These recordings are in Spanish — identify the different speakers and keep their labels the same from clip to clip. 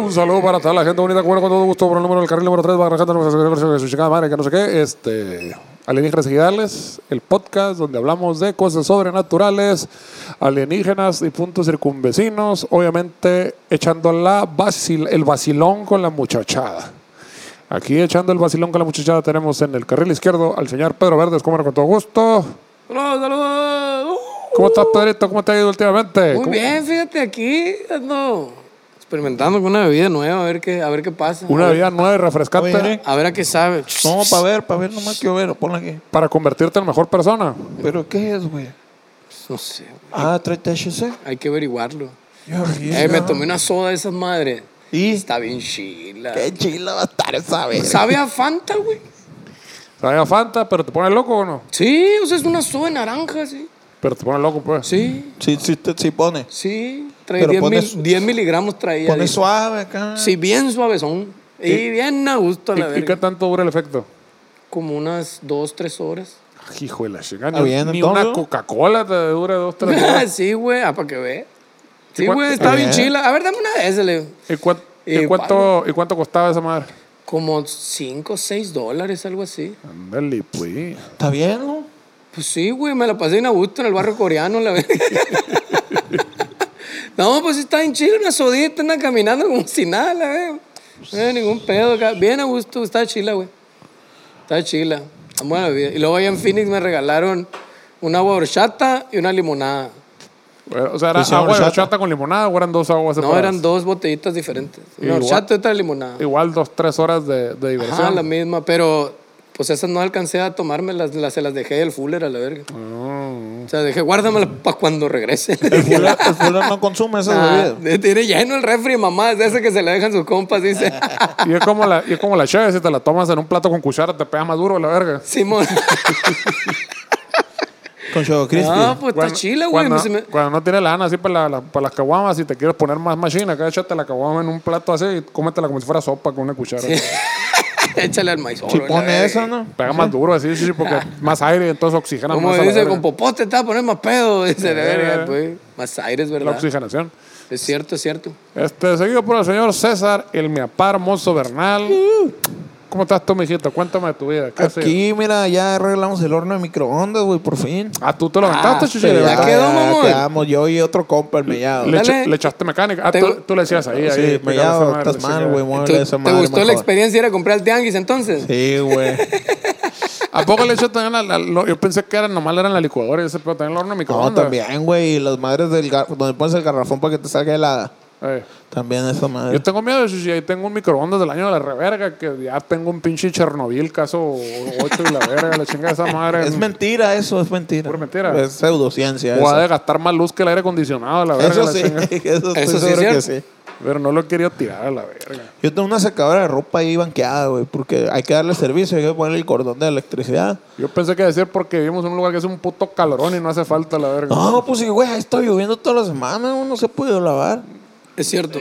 Speaker 1: un saludo para toda la gente bonita. Bueno, con todo gusto por el número del carril número 3, Barrajata, su chingada madre, que no sé qué. Este, alienígenas ejidales, el podcast donde hablamos de cosas sobrenaturales, alienígenas y puntos circunvecinos. Obviamente, echando la vacil, el vacilón con la muchachada. Aquí echando el vacilón con la muchachada tenemos en el carril izquierdo al señor Pedro Verdes, como no, con todo gusto.
Speaker 2: Saludos, saludos. Uh,
Speaker 1: ¿Cómo estás, Pedrito? ¿Cómo te ha ido últimamente?
Speaker 2: Muy
Speaker 1: ¿Cómo-
Speaker 2: bien, fíjate, aquí ando experimentando con una bebida nueva, a ver qué, a ver qué pasa. a
Speaker 1: Una
Speaker 2: ver,
Speaker 1: vida nueva y refrescante
Speaker 3: Oye, ¿eh?
Speaker 2: A ver a qué sabe.
Speaker 3: No, para ver, para ver, nomás quiero ver, ponla aquí.
Speaker 1: para convertirte en mejor persona.
Speaker 3: ¿Pero qué es, güey?
Speaker 2: No sé,
Speaker 3: Ah, trae THC.
Speaker 2: hay que averiguarlo.
Speaker 3: Yo
Speaker 2: Eh, me tomé una soda de esas madres.
Speaker 3: ¿Y?
Speaker 2: Está bien chila.
Speaker 3: Qué chila va a estar esa vez.
Speaker 2: Sabe a Fanta, güey.
Speaker 1: Sabe a Fanta, pero te pone loco o no?
Speaker 2: Sí, o sea, es una soda de naranja, sí.
Speaker 1: Pero te pone loco, pues.
Speaker 2: Sí,
Speaker 3: Sí, sí, te- sí pone.
Speaker 2: sí. Trae
Speaker 3: Pero
Speaker 2: 10, mil-
Speaker 3: pones-
Speaker 2: 10 miligramos traía.
Speaker 3: Pone
Speaker 2: dice.
Speaker 3: suave acá.
Speaker 2: Sí, bien suavezón. Y, bien a gusto, a la
Speaker 1: ¿Y, y
Speaker 2: verga.
Speaker 1: qué tanto dura el efecto?
Speaker 2: Como unas 2, 3 horas.
Speaker 1: Hijo de la chingada.
Speaker 3: Ah, bien,
Speaker 1: Ni
Speaker 3: entonces.
Speaker 1: una Coca-Cola te dura dos, tres
Speaker 2: Ah,
Speaker 1: horas.
Speaker 2: sí, güey, ah, para que ve. Sí,
Speaker 1: cuánto-
Speaker 2: güey, está bien
Speaker 3: Eh.
Speaker 2: chila. A ver, dame una de esas, le digo.
Speaker 1: ¿Y, cuán- y
Speaker 2: Eh,
Speaker 1: cuánto, ¿Y cuánto costaba esa madre?
Speaker 2: Como 5, 6 dólares, algo así.
Speaker 1: Ándale, pues.
Speaker 3: Está bien, ¿no?
Speaker 2: Pues sí, güey, me la pasé bien a gusto en el barrio coreano, la verdad. no, pues sí, está bien chila, una sodita, anda caminando como si nada, la verdad. No hay ningún pedo acá. Bien a gusto, está chila, güey. Está chila. Está Buena vida. Y luego allá en Phoenix me regalaron una agua horchata y una limonada.
Speaker 1: Bueno, o sea,
Speaker 2: Pues,
Speaker 1: era
Speaker 3: Hicieron
Speaker 1: agua de
Speaker 3: horchata.
Speaker 1: horchata con limonada o eran dos aguas
Speaker 2: No,
Speaker 1: separadas.
Speaker 2: eran dos botellitas diferentes. Una
Speaker 1: Igual-
Speaker 2: horchata y otra limonada.
Speaker 1: Igual dos, tres horas de, de diversión.
Speaker 2: Ajá, la misma, pero pues esas no alcancé a tomarme, las, las- se las dejé del fuller a la verga. O sea, dejé, guárdamelas para cuando regrese.
Speaker 3: El fulano, el fulano no consume esas
Speaker 2: Ah,
Speaker 3: bebidas.
Speaker 2: de- tiene lleno el refri, mamá, es de ese que se le dejan sus compas, dice.
Speaker 1: Y es como la, y es como la cheve, si te la tomas en un plato con cuchara, te pega más duro, la verga.
Speaker 2: Simón.
Speaker 3: Con Chavo Crispy.
Speaker 2: Ah, pues
Speaker 1: Cuando-
Speaker 2: está chila, güey.
Speaker 1: Cuando,
Speaker 2: se me-
Speaker 1: cuando no tienes la gana así para, la- la- para las caguamas, si te quieres poner más machina, acá échate la caguama en un plato así y cómetela como si fuera sopa con una cuchara.
Speaker 2: Échale al maíz.
Speaker 3: si
Speaker 2: oro, la
Speaker 3: pone
Speaker 2: verga.
Speaker 3: eso, ¿no?
Speaker 1: Pega más duro así, sí, sí, porque más aire, entonces oxigena
Speaker 2: Como
Speaker 1: más. a la
Speaker 2: dice,
Speaker 1: verga.
Speaker 2: con popote te va a poner más pedo, dice la
Speaker 1: Eh.
Speaker 2: verga, pues. Más aires,
Speaker 1: la
Speaker 2: ¿verdad?
Speaker 1: oxigenación.
Speaker 2: Es cierto, es cierto.
Speaker 1: Este, seguido por el señor César, el miapá hermoso Bernal.
Speaker 2: Uh.
Speaker 1: ¿Cómo estás tú, mijito? Cuéntame de tu vida. ¿Qué has sido?
Speaker 3: Aquí, mira, ya arreglamos el horno de microondas, güey, por fin.
Speaker 1: Ah, tú te lo aventaste,
Speaker 2: Ah,
Speaker 1: chuchi?
Speaker 2: pero ya
Speaker 1: Ah,
Speaker 2: quedó, mamón.
Speaker 3: Quedamos yo y otro compa, el mellado.
Speaker 1: Le, echa-
Speaker 2: Dale.
Speaker 1: le echaste mecánica. Ah,
Speaker 2: Tengo-
Speaker 1: tú, tú le decías ahí, ahí.
Speaker 3: Sí,
Speaker 1: explícale esa
Speaker 3: mellado,
Speaker 1: madre,
Speaker 3: estás
Speaker 1: sí,
Speaker 3: mal,
Speaker 1: que-
Speaker 3: güey,
Speaker 2: ¿Tú-
Speaker 3: muévele
Speaker 2: ¿Te
Speaker 3: esa
Speaker 2: gustó
Speaker 3: madre
Speaker 2: la
Speaker 3: mejor.
Speaker 2: experiencia de ir a comprar el tianguis entonces?
Speaker 3: Sí, güey.
Speaker 1: ¿A poco le echaste también la- la- lo- Yo pensé que era, nomás era en la licuadora y ese, pero también el horno de
Speaker 3: No,
Speaker 1: microondas.
Speaker 3: también, güey. Y las madres del gar- donde pones el garrafón para que te salga helada.
Speaker 1: Eh,
Speaker 3: También esa madre.
Speaker 1: Yo tengo miedo, chuchi. Ahí tengo un microondas del año de la reverga, que ya tengo un pinche Chernobyl, caso 8 y la verga, la chinga de esa madre.
Speaker 3: Es mentira eso, es mentira.
Speaker 1: Pura mentira.
Speaker 3: Es pseudociencia
Speaker 1: Voy a
Speaker 3: eso.
Speaker 1: gastar más luz que el aire acondicionado, la verga.
Speaker 3: Eso
Speaker 1: la
Speaker 3: sí,
Speaker 1: chinga.
Speaker 3: eso
Speaker 2: Eso
Speaker 3: estoy
Speaker 2: sí es
Speaker 3: seguro
Speaker 2: cierto.
Speaker 3: que sí.
Speaker 1: Pero no lo he querido tirar a la verga.
Speaker 3: Yo tengo una secadora de ropa ahí banqueada, güey, porque hay que darle servicio, hay que ponerle el cordón de electricidad.
Speaker 1: Yo pensé que decir porque vivimos en un lugar que es un puto calorón y no hace falta la verga.
Speaker 3: No, pues sí, güey, ahí está lloviendo toda la semana, güey, no se ha podido lavar.
Speaker 2: Es cierto.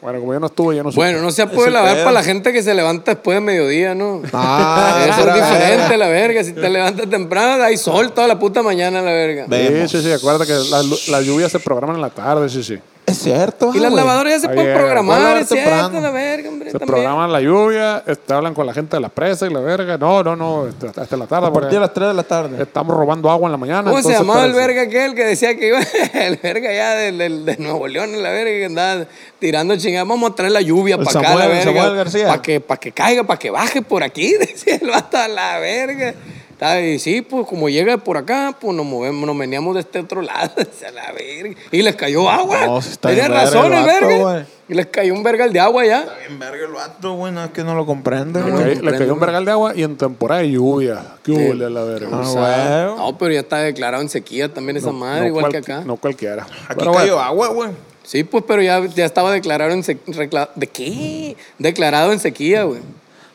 Speaker 1: Bueno, como yo no estuve, ya no sé.
Speaker 2: Bueno, no se puede
Speaker 3: el
Speaker 2: lavar
Speaker 3: pedo.
Speaker 2: para la gente que se levanta después de mediodía, ¿no?
Speaker 3: Ah,
Speaker 2: Eso es
Speaker 3: pura
Speaker 2: diferente,
Speaker 3: verga.
Speaker 2: la verga. Si te levantas temprano, hay sol toda la puta mañana, la verga.
Speaker 3: Vemos.
Speaker 1: Sí, sí, sí, acuérdate que las lu- las lluvias se programan en la tarde, sí, sí.
Speaker 3: Es cierto,
Speaker 2: Y
Speaker 3: ah,
Speaker 2: las
Speaker 3: güey.
Speaker 2: lavadoras ya se
Speaker 1: Ahí
Speaker 2: pueden
Speaker 1: llega.
Speaker 3: Voy a
Speaker 2: programar,
Speaker 3: lavar
Speaker 2: es cierto,
Speaker 3: temprano.
Speaker 2: la verga, hombre.
Speaker 1: Se
Speaker 2: también.
Speaker 1: programan la lluvia, este, hablan con la gente de la presa y la verga. No, no, no, este, hasta, hasta la tarde.
Speaker 3: A partir
Speaker 1: porque
Speaker 3: de las 3 de la tarde.
Speaker 1: Estamos robando agua en la mañana.
Speaker 2: ¿Cómo se
Speaker 1: entonces,
Speaker 2: llamaba el
Speaker 1: pero-
Speaker 2: verga aquel que decía que iba el verga ya del, del- de Nuevo León, la verga que andaba tirando chingadas? Vamos a traer la lluvia
Speaker 3: El
Speaker 2: para acá, la
Speaker 3: Samuel, el Samuel
Speaker 2: verga.
Speaker 3: García.
Speaker 2: Para que, pa' que caiga, para que baje por aquí, decía el vato a la verga. Estaba, Y sí, pues como llega por acá, pues nos movemos, nos veníamos de este otro lado, decía la verga. Y les cayó agua.
Speaker 3: No, sí está
Speaker 2: Tenía
Speaker 3: bien verga
Speaker 2: razón
Speaker 3: el
Speaker 2: el
Speaker 3: vato,
Speaker 2: verga.
Speaker 3: güey.
Speaker 2: Y les cayó un vergal de agua ya.
Speaker 3: Bien verga el vato, güey, no es que no lo comprende,
Speaker 1: Le
Speaker 3: güey.
Speaker 1: caí- Le
Speaker 2: comprendo,
Speaker 1: cayó un
Speaker 2: güey.
Speaker 1: vergal de agua y en temporada de lluvia. ¿Qué huele a la verga?
Speaker 3: Ah,
Speaker 1: O sea,
Speaker 3: güey.
Speaker 2: No, pero ya está declarado en sequía también esa madre,
Speaker 1: no
Speaker 2: igual que
Speaker 1: cual-
Speaker 2: acá.
Speaker 1: No cualquiera.
Speaker 3: Aquí
Speaker 1: Pero
Speaker 3: cayó
Speaker 1: bueno,
Speaker 3: agua, güey.
Speaker 2: Sí, pues, pero ya, ya estaba declarado en sequía. ¿De qué? Declarado en sequía, güey.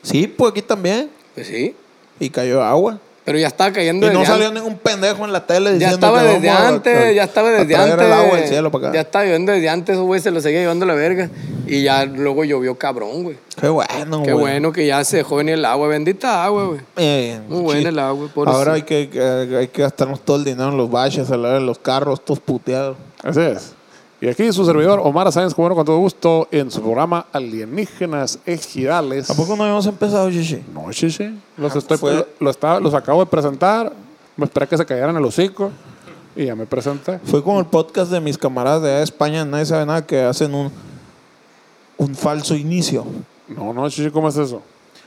Speaker 3: Sí, pues aquí también.
Speaker 2: Pues sí.
Speaker 3: Y cayó agua.
Speaker 2: Pero ya estaba
Speaker 3: Y
Speaker 2: cayendo
Speaker 3: no
Speaker 2: desde
Speaker 3: salió
Speaker 2: an-
Speaker 3: ningún pendejo en la tele
Speaker 2: Ya
Speaker 3: diciendo
Speaker 2: estaba
Speaker 3: que
Speaker 2: desde
Speaker 3: vamos a-
Speaker 2: antes,
Speaker 3: a-
Speaker 2: ya estaba
Speaker 3: a
Speaker 2: desde
Speaker 3: traer
Speaker 2: antes.
Speaker 3: el agua del cielo para acá.
Speaker 2: Ya estaba lloviendo desde antes, esos güey se lo seguía llevando a la verga. Y ya luego llovió cabrón, güey.
Speaker 3: Qué bueno, güey.
Speaker 2: Qué bueno que ya se dejó venir el agua, bendita agua, güey.
Speaker 3: Eh,
Speaker 2: Muy buena
Speaker 3: sí.
Speaker 2: el agua, pobrecito.
Speaker 3: Ahora hay que, que- hay que gastarnos todo el dinero en los baches, a la hora de los carros, todos puteados.
Speaker 1: Así es. Y aquí su servidor Omar Sáenz Cubano con todo gusto en su programa Alienígenas Ejidales.
Speaker 3: ¿A poco no habíamos empezado, Chichi?
Speaker 1: No, sí, sí. Los, estoy-
Speaker 3: fue-
Speaker 1: lo- lo estaba- los acabo de presentar. Me esperé que se cayeran el hocico. Y ya me presenté.
Speaker 3: Fue como el podcast de mis camaradas de allá de España, nadie sabe nada, que hacen un, un falso inicio.
Speaker 1: No, no, Chichi, ¿cómo es eso?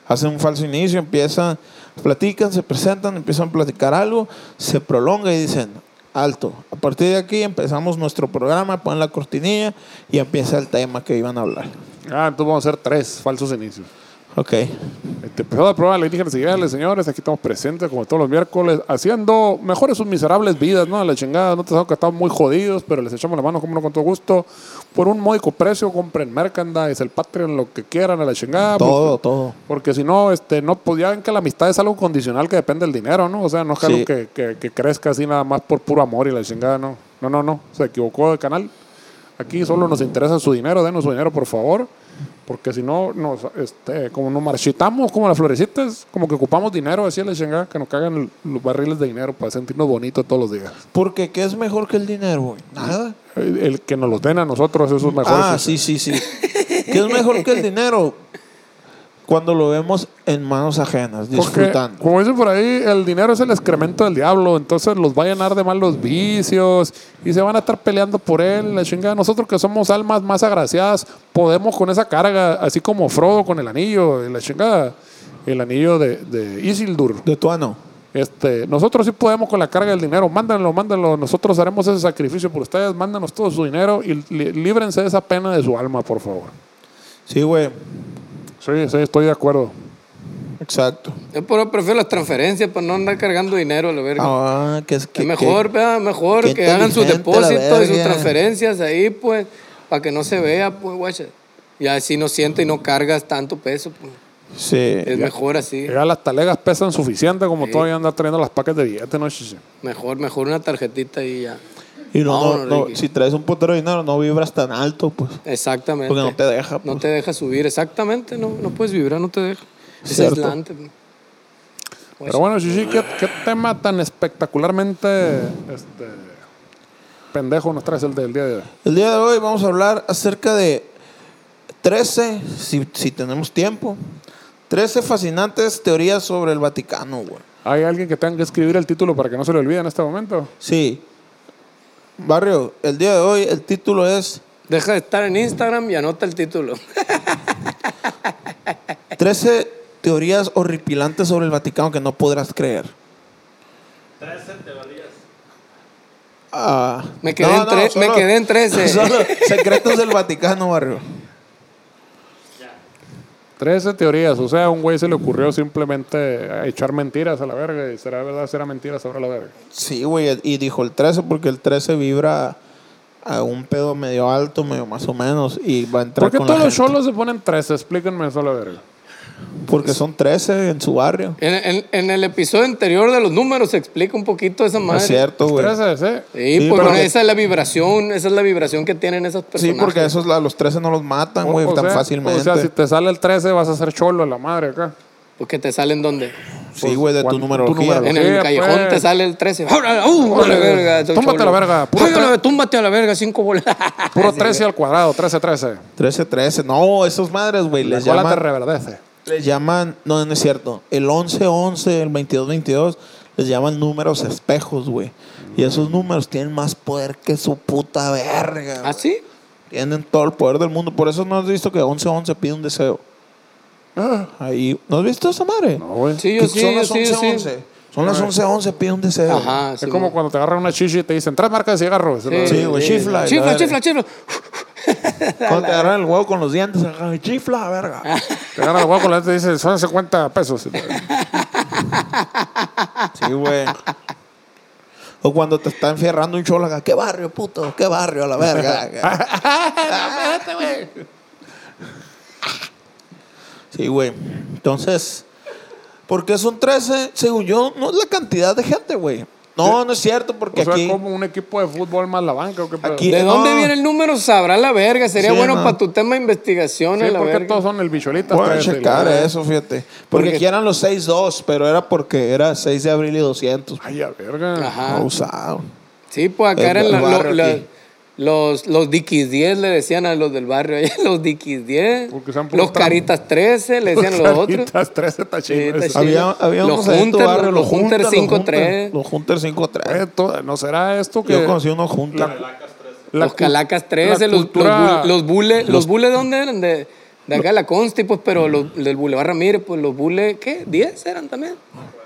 Speaker 3: Hacen un falso inicio, empiezan, platican, se presentan, empiezan a platicar algo, se prolonga y dicen, alto, a partir de aquí empezamos nuestro programa, ponen la cortinilla y empieza el tema que iban a hablar.
Speaker 1: Ah, entonces vamos a hacer tres falsos inicios.
Speaker 3: Ok.
Speaker 1: Este episodio de programa Alienígenas Ejidales, señores. Aquí estamos presentes como todos los miércoles haciendo mejores sus miserables vidas, ¿no? A la chingada. No te sabes que estamos muy jodidos, pero les echamos la mano, como no, con todo gusto. Por un módico precio, compren merchandise, el Patreon, lo que quieran, a la chingada.
Speaker 3: Todo, todo.
Speaker 1: Porque si no, este, no, pues ya ven que la amistad es algo condicional que depende del dinero, ¿no? O sea, no es algo
Speaker 3: Sí.
Speaker 1: que, que- que crezca así nada más por puro amor y la chingada, no. No, no, no. Se equivocó de canal. Aquí solo nos interesa su dinero, denos su dinero, por favor. Porque si no, nos, este, como nos marchitamos como las florecitas, como que ocupamos dinero, así a la chingada, que nos cagan l- los barriles de dinero para sentirnos bonitos todos los días.
Speaker 3: Porque ¿qué es mejor que el dinero, güey? Nada.
Speaker 1: El, el que nos los den a nosotros, eso es mejor.
Speaker 3: Ah, sí, sí, sí. ¿Qué es mejor que el dinero? Cuando lo vemos en manos ajenas,
Speaker 1: Porque,
Speaker 3: disfrutando.
Speaker 1: como dicen por ahí, el dinero es el excremento del diablo, entonces los va a llenar de malos vicios y se van a estar peleando por él. La chingada, nosotros que somos almas más agraciadas, podemos con esa carga, así como Frodo con el anillo, y la chingada, el anillo de, de Isildur.
Speaker 3: De tuano.
Speaker 1: Este, nosotros sí podemos con la carga del dinero, mándenlo, mándenlo, nosotros haremos ese sacrificio por ustedes, mándanos todo su dinero y li- líbrense de esa pena de su alma, por favor.
Speaker 3: Sí, güey.
Speaker 1: Sí, sí, estoy de acuerdo.
Speaker 3: Exacto.
Speaker 2: Yo por- prefiero las transferencias para no andar cargando dinero a la verga.
Speaker 3: Ah, que es que.
Speaker 2: es mejor,
Speaker 3: que-
Speaker 2: vea, mejor
Speaker 3: qué
Speaker 2: que hagan sus
Speaker 3: inteligente la
Speaker 2: depósitos y sus
Speaker 3: verga.
Speaker 2: transferencias ahí, pues, para que no se vea, pues, guacha. Y así no siente y no cargas tanto peso, pues.
Speaker 3: Sí.
Speaker 2: Es mejor así.
Speaker 1: Ya las talegas pesan suficiente como todavía andar trayendo las pacas de billetes, ¿no? Chichi?
Speaker 2: Mejor, mejor una tarjetita y ya.
Speaker 3: Y no, no,
Speaker 2: Vámonos,
Speaker 3: no,
Speaker 2: Ricky.
Speaker 3: si traes un potero de dinero, no vibras tan alto, pues.
Speaker 2: Exactamente.
Speaker 3: Porque no te deja,
Speaker 2: No
Speaker 3: pues.
Speaker 2: te deja subir, exactamente. No, no puedes vibrar, no te deja. Es
Speaker 3: Cierto.
Speaker 2: aislante. pues.
Speaker 1: Pero bueno, Chichi, ¿qué, qué tema tan espectacularmente este, pendejo nos traes el del día de hoy?
Speaker 3: El día de hoy vamos a hablar acerca de 13, si, si tenemos tiempo, 13 fascinantes teorías sobre el Vaticano, güey.
Speaker 1: ¿Hay alguien que tenga que escribir el título para que no se lo olvide en este momento?
Speaker 3: Sí. Barrio, el día de hoy el título es
Speaker 2: Deja de estar en Instagram y anota el título.
Speaker 3: 13 teorías horripilantes sobre el Vaticano que no podrás creer. 13 teorías. Ah,
Speaker 2: Me quedé en tre- me quedé en 13.
Speaker 3: solo secretos del Vaticano, barrio.
Speaker 1: 13 teorías, o sea, a un güey se le ocurrió simplemente echar mentiras a la verga y será verdad, será mentira, sabrá la verga.
Speaker 3: Sí, güey, y dijo el 13 porque el 13 vibra a un pedo medio alto, medio más o menos, y va a entrar
Speaker 1: ¿Por qué
Speaker 3: con la
Speaker 1: todos los
Speaker 3: gente.
Speaker 1: cholos se ponen 13? Explíquenme eso a la verga.
Speaker 3: Porque son 13 en su barrio.
Speaker 2: En, en- en el episodio anterior de los números se explica un poquito esa
Speaker 3: No
Speaker 2: madre.
Speaker 3: es cierto, güey.
Speaker 1: 13, ¿sí?
Speaker 2: Sí,
Speaker 3: Sí,
Speaker 2: pues,
Speaker 3: pero
Speaker 2: bueno,
Speaker 3: que-
Speaker 2: esa es la vibración, esa es la vibración que tienen esas
Speaker 3: Sí,
Speaker 2: personas.
Speaker 3: porque esos, la- los 13 no los matan, güey, tan
Speaker 1: sea,
Speaker 3: fácilmente.
Speaker 1: O sea, si te sale el 13 vas a ser cholo a la madre acá.
Speaker 2: Porque pues, te salen donde.
Speaker 3: sí, güey, de
Speaker 1: ¿cuánto- pues,
Speaker 3: tu
Speaker 1: tu
Speaker 3: numerología.
Speaker 1: numerología?
Speaker 3: güey.
Speaker 2: En el
Speaker 1: Sí,
Speaker 2: callejón
Speaker 1: pues.
Speaker 2: te sale el 13. ¡Órale, uh, órale, verga, soy
Speaker 1: Túmbate
Speaker 2: cholo!
Speaker 1: la verga, puro
Speaker 2: Ay, a la
Speaker 1: tre-
Speaker 2: verga, túmbate a la verga, cinco bolas.
Speaker 1: Puro 13 al cuadrado, 13, 13.
Speaker 3: 13, 13. No, esos madres, güey,
Speaker 1: La
Speaker 3: les
Speaker 1: cola te
Speaker 3: llaman,
Speaker 1: reverdece.
Speaker 3: les llaman. No, no es cierto. El 11, 11, el 22, 22, les llaman números espejos, güey. Y esos números tienen más poder que su puta verga. güey.
Speaker 2: ¿Ah, sí?
Speaker 3: Tienen todo el poder del mundo. Por eso no has visto que 11, 11 pide un deseo. Ahí. ¿No has visto esa madre?
Speaker 1: No, güey.
Speaker 2: Sí,
Speaker 3: Que
Speaker 2: yo Ah. sí,
Speaker 3: son
Speaker 2: yo
Speaker 3: las
Speaker 2: sí, yo
Speaker 3: 11,
Speaker 2: sí.
Speaker 3: 11. Son las 11, 11, pide un deseo.
Speaker 2: Ajá,
Speaker 1: es
Speaker 2: sí,
Speaker 1: como
Speaker 2: güey.
Speaker 1: cuando te agarran una chichi y te dicen tres marcas de cigarros.
Speaker 3: Sí, güey, chifla. y la
Speaker 2: Chifla,
Speaker 3: verga.
Speaker 2: chifla, chifla.
Speaker 3: Cuando te agarran el huevo con los dientes, ajá, chifla, verga.
Speaker 1: Te agarran el huevo con la gente y te dicen son 50 pesos.
Speaker 3: Sí, güey. O cuando te está enfierrando un cholo acá, qué barrio, puto, qué barrio, a la verga. sí, güey. Entonces, ¿por qué son 13? Según yo, no es la cantidad de gente, güey. No, no es cierto, porque
Speaker 1: O sea,
Speaker 3: aquí.
Speaker 1: como un equipo de fútbol más la banca. ¿o qué pedo?
Speaker 3: Aquí-
Speaker 1: Sí,
Speaker 2: ¿De
Speaker 3: No.
Speaker 2: dónde viene el número? Sabrá la verga. Sería
Speaker 3: Sí,
Speaker 2: bueno
Speaker 3: no.
Speaker 2: para tu tema de investigación. a la
Speaker 1: porque
Speaker 2: verga.
Speaker 1: todos son el bicholita.
Speaker 3: Voy a
Speaker 1: tres, y la
Speaker 3: checar
Speaker 1: verga.
Speaker 3: eso, fíjate. Porque aquí eran los 6-2, pero era porque era 6 de abril y 200.
Speaker 1: Ay, a verga.
Speaker 2: Ajá.
Speaker 3: No usado.
Speaker 2: Sí, pues acá
Speaker 3: El-
Speaker 2: eran
Speaker 3: el
Speaker 2: la- lo-
Speaker 3: barrio
Speaker 2: la-
Speaker 3: aquí.
Speaker 2: los, los Dikis 10, le decían a los del barrio. ahí, los Dikis 10.
Speaker 1: Porque son puros
Speaker 2: Los Caritas 13 le decían los otros.
Speaker 1: Caritas, tres está
Speaker 2: Sí,
Speaker 1: chido
Speaker 2: está
Speaker 1: eso.
Speaker 2: chido.
Speaker 3: Había, había
Speaker 2: Los
Speaker 3: unos ahí en tu
Speaker 2: Hunter,
Speaker 3: barrio,
Speaker 2: los Hunter
Speaker 3: los
Speaker 2: 5-3.
Speaker 3: Los Hunter 5-3.
Speaker 1: Oye, to- ¿No será esto que...?
Speaker 3: Yo conocí unos Hunter.
Speaker 1: la
Speaker 2: los
Speaker 1: cu-
Speaker 2: Calacas
Speaker 1: la
Speaker 2: 13, los,
Speaker 1: cultura-
Speaker 2: los, bule- los Bule, los Bule, ¿dónde eran? De, de acá de la Consti, pues, pero los,
Speaker 3: Mm.
Speaker 2: del Boulevard Ramírez, pues los Bule, ¿qué? ¿10 eran también?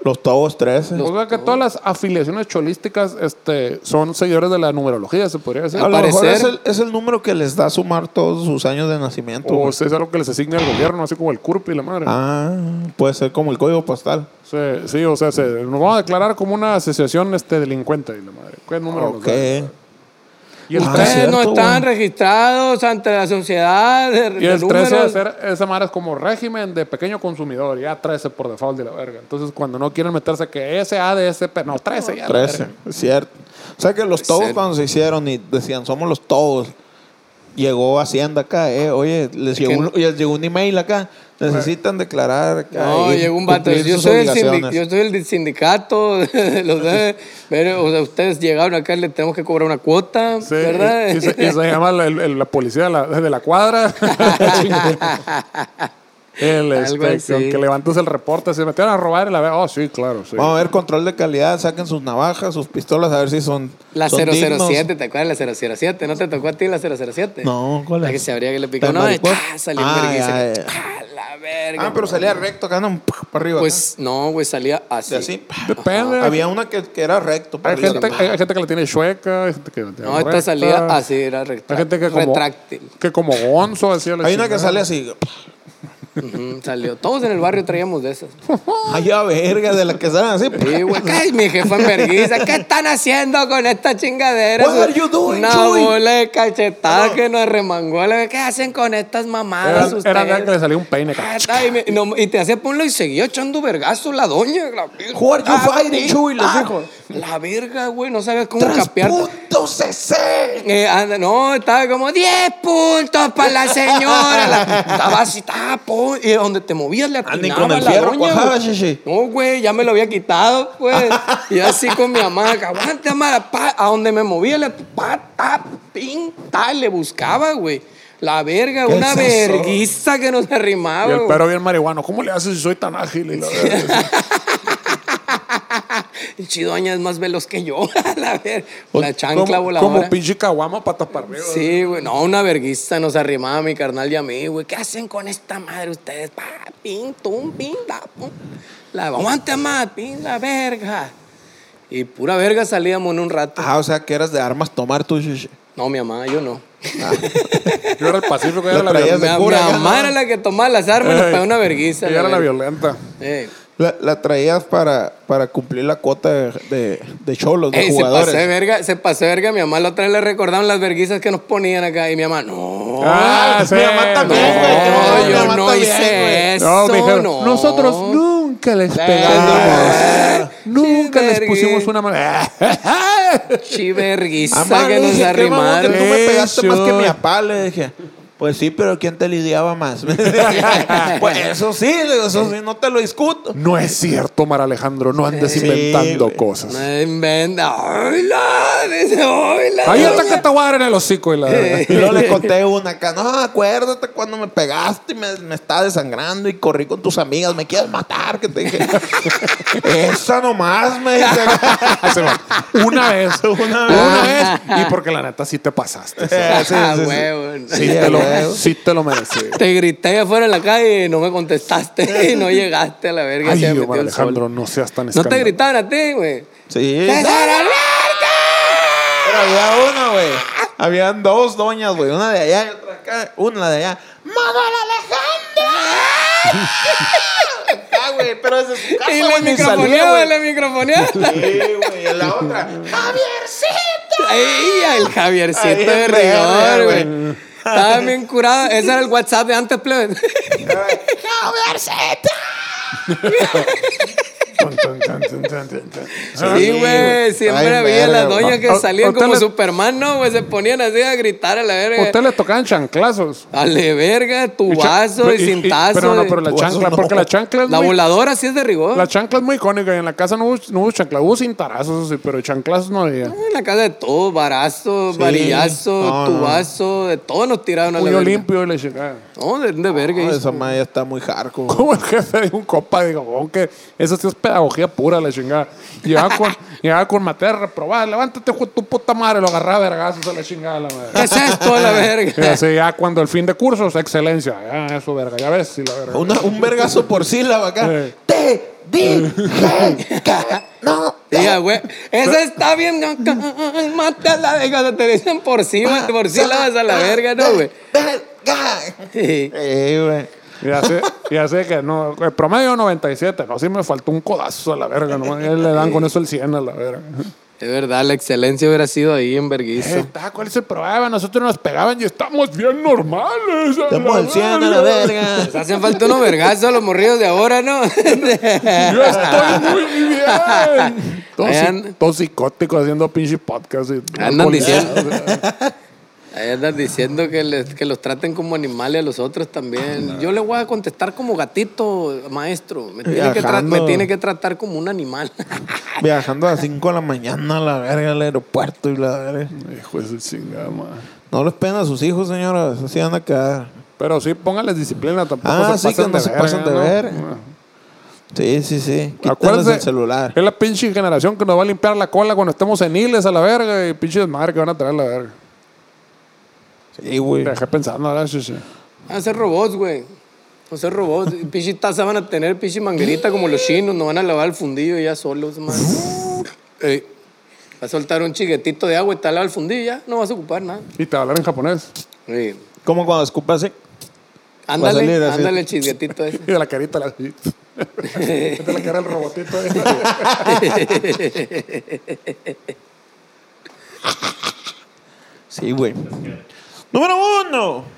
Speaker 3: Los Tobos 13.
Speaker 1: O sea que todas las afiliaciones cholísticas este, son seguidores de la numerología, se podría decir.
Speaker 3: a
Speaker 2: al
Speaker 3: lo mejor
Speaker 2: parecer-
Speaker 3: es el, es el número que les da sumar todos sus años de nacimiento.
Speaker 2: Oh,
Speaker 1: O
Speaker 3: güey.
Speaker 1: sea, es algo que les asigna el gobierno, así como el CURP y la madre.
Speaker 3: Ah, puede ser como el código postal.
Speaker 1: Se- sí, o sea, se- nos vamos a declarar como una asociación este, delincuente y la madre. ¿Qué número nos
Speaker 3: Ok.
Speaker 1: da? Y el
Speaker 3: Ah,
Speaker 2: Ustedes
Speaker 1: tres-
Speaker 3: cierto,
Speaker 2: Eh, no están
Speaker 3: güey.
Speaker 2: registrados ante la sociedad de,
Speaker 1: Y
Speaker 2: de
Speaker 1: el 13 de
Speaker 2: números.
Speaker 1: hacer esa madre es como régimen de pequeño consumidor, ya 13 por default de la verga. Entonces, cuando no quieren meterse que ese A de ese, pe- no, 13 ya. la
Speaker 3: 13,
Speaker 1: verga.
Speaker 3: cierto. O sea que los tobos cuando se hicieron y decían, somos los tobos, llegó Hacienda acá, eh, oye, les llegó, un, les llegó un email acá, necesitan declarar acá.
Speaker 2: No,
Speaker 3: y
Speaker 2: llegó un vato.
Speaker 3: cumplir
Speaker 2: Yo
Speaker 3: sus
Speaker 2: soy, el sindi-
Speaker 3: obligaciones.
Speaker 2: yo soy el del sindicato. de los de- pero, o sea, ustedes llegaron acá y le tenemos que cobrar una cuota,
Speaker 1: Sí,
Speaker 2: ¿verdad?
Speaker 1: Y, y se, y se llama la, el- el- la policía de la, de la cuadra. el
Speaker 2: Algo
Speaker 1: este,
Speaker 2: así.
Speaker 1: que, que levantas el reporte, se metieron a robar y la ve. Oh, sí, claro, sí.
Speaker 3: Vamos a ver control de calidad, saquen sus navajas, sus pistolas, a ver si son
Speaker 2: La
Speaker 3: son
Speaker 2: 007,
Speaker 3: dignos.
Speaker 2: ¿te acuerdas de la 007? ¿No te tocó a ti la 007?
Speaker 3: No, ¿cuál
Speaker 2: La
Speaker 3: es?
Speaker 2: que se abría que le picó.
Speaker 3: ¿La
Speaker 2: No,
Speaker 3: maricón?
Speaker 2: ah, salió un
Speaker 3: Ah,
Speaker 2: verguiza.
Speaker 3: ya, ya.
Speaker 2: Ah, la verga.
Speaker 3: Ah, pero salía recto acá, no, para arriba.
Speaker 2: Pues no, güey, salía así.
Speaker 3: acá, así.
Speaker 1: Depende.
Speaker 3: Había una que, que era recto. para
Speaker 1: Hay
Speaker 3: arriba.
Speaker 1: gente, hay gente que la tiene chueca, hay gente que la tiene
Speaker 2: No, esta
Speaker 1: recta.
Speaker 2: salía así, era recta-
Speaker 1: Hay gente que como,
Speaker 2: retráctil.
Speaker 1: que como gonzo decía la
Speaker 3: Hay una que
Speaker 1: chingada.
Speaker 3: sale así.
Speaker 2: Ujú, salió. Todos en el barrio traíamos de esas.
Speaker 3: Ay, a verga, de las que salen así.
Speaker 2: Sí, güey. Ay, mi jefa en vergüenza. ¿Qué están haciendo con esta chingadera?
Speaker 3: What are you doing,
Speaker 2: Una
Speaker 3: Chuy?
Speaker 2: bola de cachetada
Speaker 3: No.
Speaker 2: que nos remangó. La- ¿Qué hacen con estas mamadas
Speaker 1: Era-
Speaker 2: ustedes?
Speaker 1: Era la que le salía un peine. cabrón.
Speaker 2: Ah, está, y, me- no, y te hacía ponlo y seguía echando vergazo la doña. La,
Speaker 3: Who are you fighting,
Speaker 2: sí.
Speaker 3: Chuy? Les
Speaker 2: Ah,
Speaker 3: dijo.
Speaker 2: La verga, güey. No sabes cómo capear.
Speaker 3: 3.cc.
Speaker 2: Eh, anda, no, estaba como 10 puntos para la señora. La- estaba así, estaba, po- y donde te movías le
Speaker 3: Anden
Speaker 2: atinaba
Speaker 3: con el
Speaker 2: la
Speaker 3: fierro
Speaker 2: doña,
Speaker 3: cuajada,
Speaker 2: güey.
Speaker 3: chichi.
Speaker 2: No, güey, ya me lo había quitado, pues. y así con mi mamá, aguanta, mala, pa, a donde me movía le pata, pinta, le buscaba, güey. La verga,
Speaker 3: ¿Qué
Speaker 2: una
Speaker 3: es eso?
Speaker 2: verguiza que nos arrimaba,
Speaker 1: Y el
Speaker 2: güey.
Speaker 1: perro bien marihuano. ¿Cómo le haces si soy tan ágil? Y la verga.
Speaker 2: El chidoña es más veloz que yo, la verga.
Speaker 3: Pues,
Speaker 2: La chancla
Speaker 1: Como-
Speaker 2: voladora.
Speaker 1: Como pinche caguama patas para arriba.
Speaker 2: Sí, güey. No, una verguista nos arrimaba a mi carnal y a mí, güey. ¿Qué hacen con esta madre ustedes? Pa, pin, tum, pin, da, pum. La aguanta más, pin, la verga. Y pura verga salíamos en un rato.
Speaker 3: Ah, o sea, que eras de armas tomar tú, chichi.
Speaker 2: No, mi mamá, yo no.
Speaker 1: Yo era el pacífico, ella
Speaker 3: La
Speaker 1: era la violenta.
Speaker 3: traías
Speaker 2: Mi,
Speaker 3: de
Speaker 2: mi
Speaker 3: cura, ya, ¿no?
Speaker 2: mamá era la que tomaba las armas y nos pegó una verguiza.
Speaker 1: Ella era la
Speaker 2: verga.
Speaker 1: violenta.
Speaker 2: Eh,
Speaker 3: La, la traías para, para cumplir la cuota de, de, de cholos, de
Speaker 2: eh, se
Speaker 3: jugadores.
Speaker 2: pasó de verga, se pasó de verga. Mi mamá la otra vez le recordaban las verguizas que nos ponían acá. Y mi mamá, no.
Speaker 1: Ah,
Speaker 2: pues,
Speaker 3: mi mamá también,
Speaker 1: no,
Speaker 3: güey, qué bueno,
Speaker 2: No,
Speaker 3: mi
Speaker 2: yo
Speaker 3: mamá
Speaker 2: no
Speaker 3: también,
Speaker 2: hice
Speaker 3: güey.
Speaker 1: No,
Speaker 2: eso.
Speaker 1: me dijeron,
Speaker 2: no.
Speaker 1: nosotros nunca les
Speaker 2: Ah,
Speaker 1: pegamos. Nunca les
Speaker 2: vergüenza.
Speaker 1: pusimos una mano.
Speaker 2: Chiverguiza
Speaker 3: Amá,
Speaker 2: que
Speaker 3: le
Speaker 2: nos
Speaker 3: dije, Ah, "Qué mamón que tú
Speaker 2: arrimaron.
Speaker 3: me pegaste más que mi
Speaker 1: Eso.
Speaker 3: papá, le dije. Pues sí, pero ¿quién te lidiaba más? pues eso sí, le digo, eso sí, no te lo discuto.
Speaker 1: No es cierto, Mar Alejandro, no andes
Speaker 3: Sí,
Speaker 1: inventando
Speaker 3: güey.
Speaker 1: cosas.
Speaker 2: No inventa. ¡Hola! Dice, ¡Hola!
Speaker 1: Ahí está que te voy a dar en el hocico y la
Speaker 3: Y luego le conté una acá, no, acuérdate cuando me pegaste y me, me estaba desangrando y corrí con tus amigas, me quieres matar, que te dije. Esa nomás me dice.
Speaker 1: Se va. Una vez,
Speaker 3: Una
Speaker 1: una vez. Y porque la neta sí te pasaste. sí.
Speaker 3: Eh, sí,
Speaker 2: Ah,
Speaker 3: sí, sí.
Speaker 2: huevo.
Speaker 1: Sí,
Speaker 3: Sí,
Speaker 1: te, lo,
Speaker 3: güey.
Speaker 1: sí te lo merecí.
Speaker 2: Te grité allá afuera en la calle y no me contestaste. Y no llegaste a la verga.
Speaker 1: Ay,
Speaker 2: se me
Speaker 1: Omar
Speaker 2: metió el sol.
Speaker 1: Alejandro, no seas tan
Speaker 2: No te
Speaker 1: escándalo.
Speaker 2: gritaban a ti, güey.
Speaker 3: Sí.
Speaker 2: ¡César Alberto!
Speaker 3: Pero había una, güey. Habían dos doñas, güey. Una de allá y otra acá. Una de allá. ¡Manuel Alejandro! acá, Ah, güey. güey, pero desde su casa.
Speaker 2: Y
Speaker 3: güey,
Speaker 2: la
Speaker 3: ni salía,
Speaker 2: microfoneaba,
Speaker 3: güey.
Speaker 2: la microfoneaba.
Speaker 3: Sí, güey, en la otra. ¡Javiercito!
Speaker 2: Ay, el Javiercito
Speaker 3: Ahí
Speaker 2: de
Speaker 3: en verga,
Speaker 2: rigor,
Speaker 3: güey.
Speaker 2: güey. Estaba bien curado. Ese era el WhatsApp de antes, plebe.
Speaker 3: ¡Javiercito!
Speaker 2: Sí, güey. Siempre
Speaker 3: Ay,
Speaker 2: había
Speaker 3: verga,
Speaker 2: las
Speaker 3: güey.
Speaker 2: doñas que
Speaker 1: A- a
Speaker 2: salían
Speaker 1: usted
Speaker 2: como
Speaker 1: le-
Speaker 2: Superman, ¿no? Güey, se ponían así a gritar a la verga.
Speaker 1: Ustedes les tocaban chanclazos.
Speaker 2: Dale verga, tu
Speaker 1: Y cha-
Speaker 2: vaso y,
Speaker 1: y- y-
Speaker 2: cintazo.
Speaker 1: Pero no,
Speaker 2: y-
Speaker 1: pero la
Speaker 3: Pues
Speaker 1: chancla,
Speaker 3: no.
Speaker 1: porque la chancla es
Speaker 2: la
Speaker 1: muy,
Speaker 2: voladora sí es de rigor.
Speaker 1: La chancla es muy icónica y en la casa no hubo, no hubo chancla, hubo cintarazos, sí, pero chanclazos no había.
Speaker 2: En la casa de todo, varazo,
Speaker 3: Sí.
Speaker 2: varillazo,
Speaker 3: No, no.
Speaker 2: tubazo, de todo nos tiraron a la
Speaker 1: Puño
Speaker 2: verga.
Speaker 1: limpio y le chingada.
Speaker 2: No, de, de verga.
Speaker 3: No,
Speaker 2: hijo.
Speaker 3: esa madre ya está muy hardcore. güey.
Speaker 1: Como el jefe de un copa, digo, "Oh, que eso sí es pedagogía pura, la chingada. Llegaba con, llegaba con materia reprobada, levántate, hijo de tu puta madre, lo agarraba a vergazos a la chingada, la
Speaker 2: ¿Qué
Speaker 1: madre.
Speaker 2: es esto a la
Speaker 1: Y
Speaker 2: verga?
Speaker 1: así, ya cuando el fin de cursos, excelencia, ya eso, verga, ya ves, sí, la verga.
Speaker 3: Una- un vergazo por sílaba acá.
Speaker 1: Sí.
Speaker 3: Te dije que no. te-
Speaker 2: Diga, güey, esa está bien. no, ca- Mata la verga, te dicen por sí, güey, por sí la vas a la verga, ¿no, güey?
Speaker 3: Verga.
Speaker 2: Sí.
Speaker 3: Ey, güey.
Speaker 1: Y así, y así que no, el promedio 97, no, sí me faltó un codazo a la verga, nomás ya le dan con eso el 100 a la verga.
Speaker 2: Es verdad, la excelencia hubiera sido ahí en verguizo.
Speaker 1: Está, Eh, ¿cuál se probaba? Nosotros nos pegaban y estamos bien normales. a
Speaker 3: Estamos
Speaker 1: la
Speaker 3: al 100 a la verga.
Speaker 2: Les hacen falta unos vergazos a los morridos de ahora, ¿no?
Speaker 1: Yo estoy muy bien. Todo,
Speaker 2: Oigan.
Speaker 1: psi- todo psicótico haciendo pinche podcast. y-
Speaker 2: Andan diciendo.
Speaker 1: O sea,
Speaker 2: Ahí andan diciendo que, les- que los traten como animales a los otros también. Yo le voy a contestar como gatito, maestro. Me tiene, que, tra-
Speaker 3: Viajando.
Speaker 2: me tiene que tratar como un animal.
Speaker 3: Viajando a las 5 de la mañana a la verga al aeropuerto y la verga.
Speaker 1: Hijo de su chingada, madre.
Speaker 3: No les peguen a sus hijos, señoras. Así van a quedar.
Speaker 1: Pero sí, pónganles disciplina. Tampoco se
Speaker 3: Ah,
Speaker 1: pasen
Speaker 3: sí, que no
Speaker 1: de
Speaker 3: se
Speaker 1: verga,
Speaker 3: pasen de
Speaker 1: ¿no?
Speaker 3: verga.
Speaker 1: Ah.
Speaker 3: Sí, sí, sí. Quítenles
Speaker 1: Acuérdense,
Speaker 3: el celular.
Speaker 1: es la pinche generación que nos va a limpiar la cola cuando estemos seniles a la verga y pinche desmadre que van a traer a la verga.
Speaker 3: Sí, güey.
Speaker 1: Me dejé pensando, ahora sí, sí.
Speaker 2: Van a ser robots, güey. Van a ser robots. Y Pinche taza van a tener pinche manguerita como los chinos. No van a lavar el fundillo ya solos, man. Ey. Va a soltar un chiquetito de agua y te va a lavar el fundillo ya. No vas a ocupar nada.
Speaker 1: Y te hablar en japonés.
Speaker 2: Ey.
Speaker 3: Como cuando escupas, eh?
Speaker 2: Ándale,
Speaker 3: salir así.
Speaker 2: ándale el chiquetito ese.
Speaker 1: Y de la carita la. de la cara el robotito. ahí.
Speaker 3: Sí, güey. Número uno.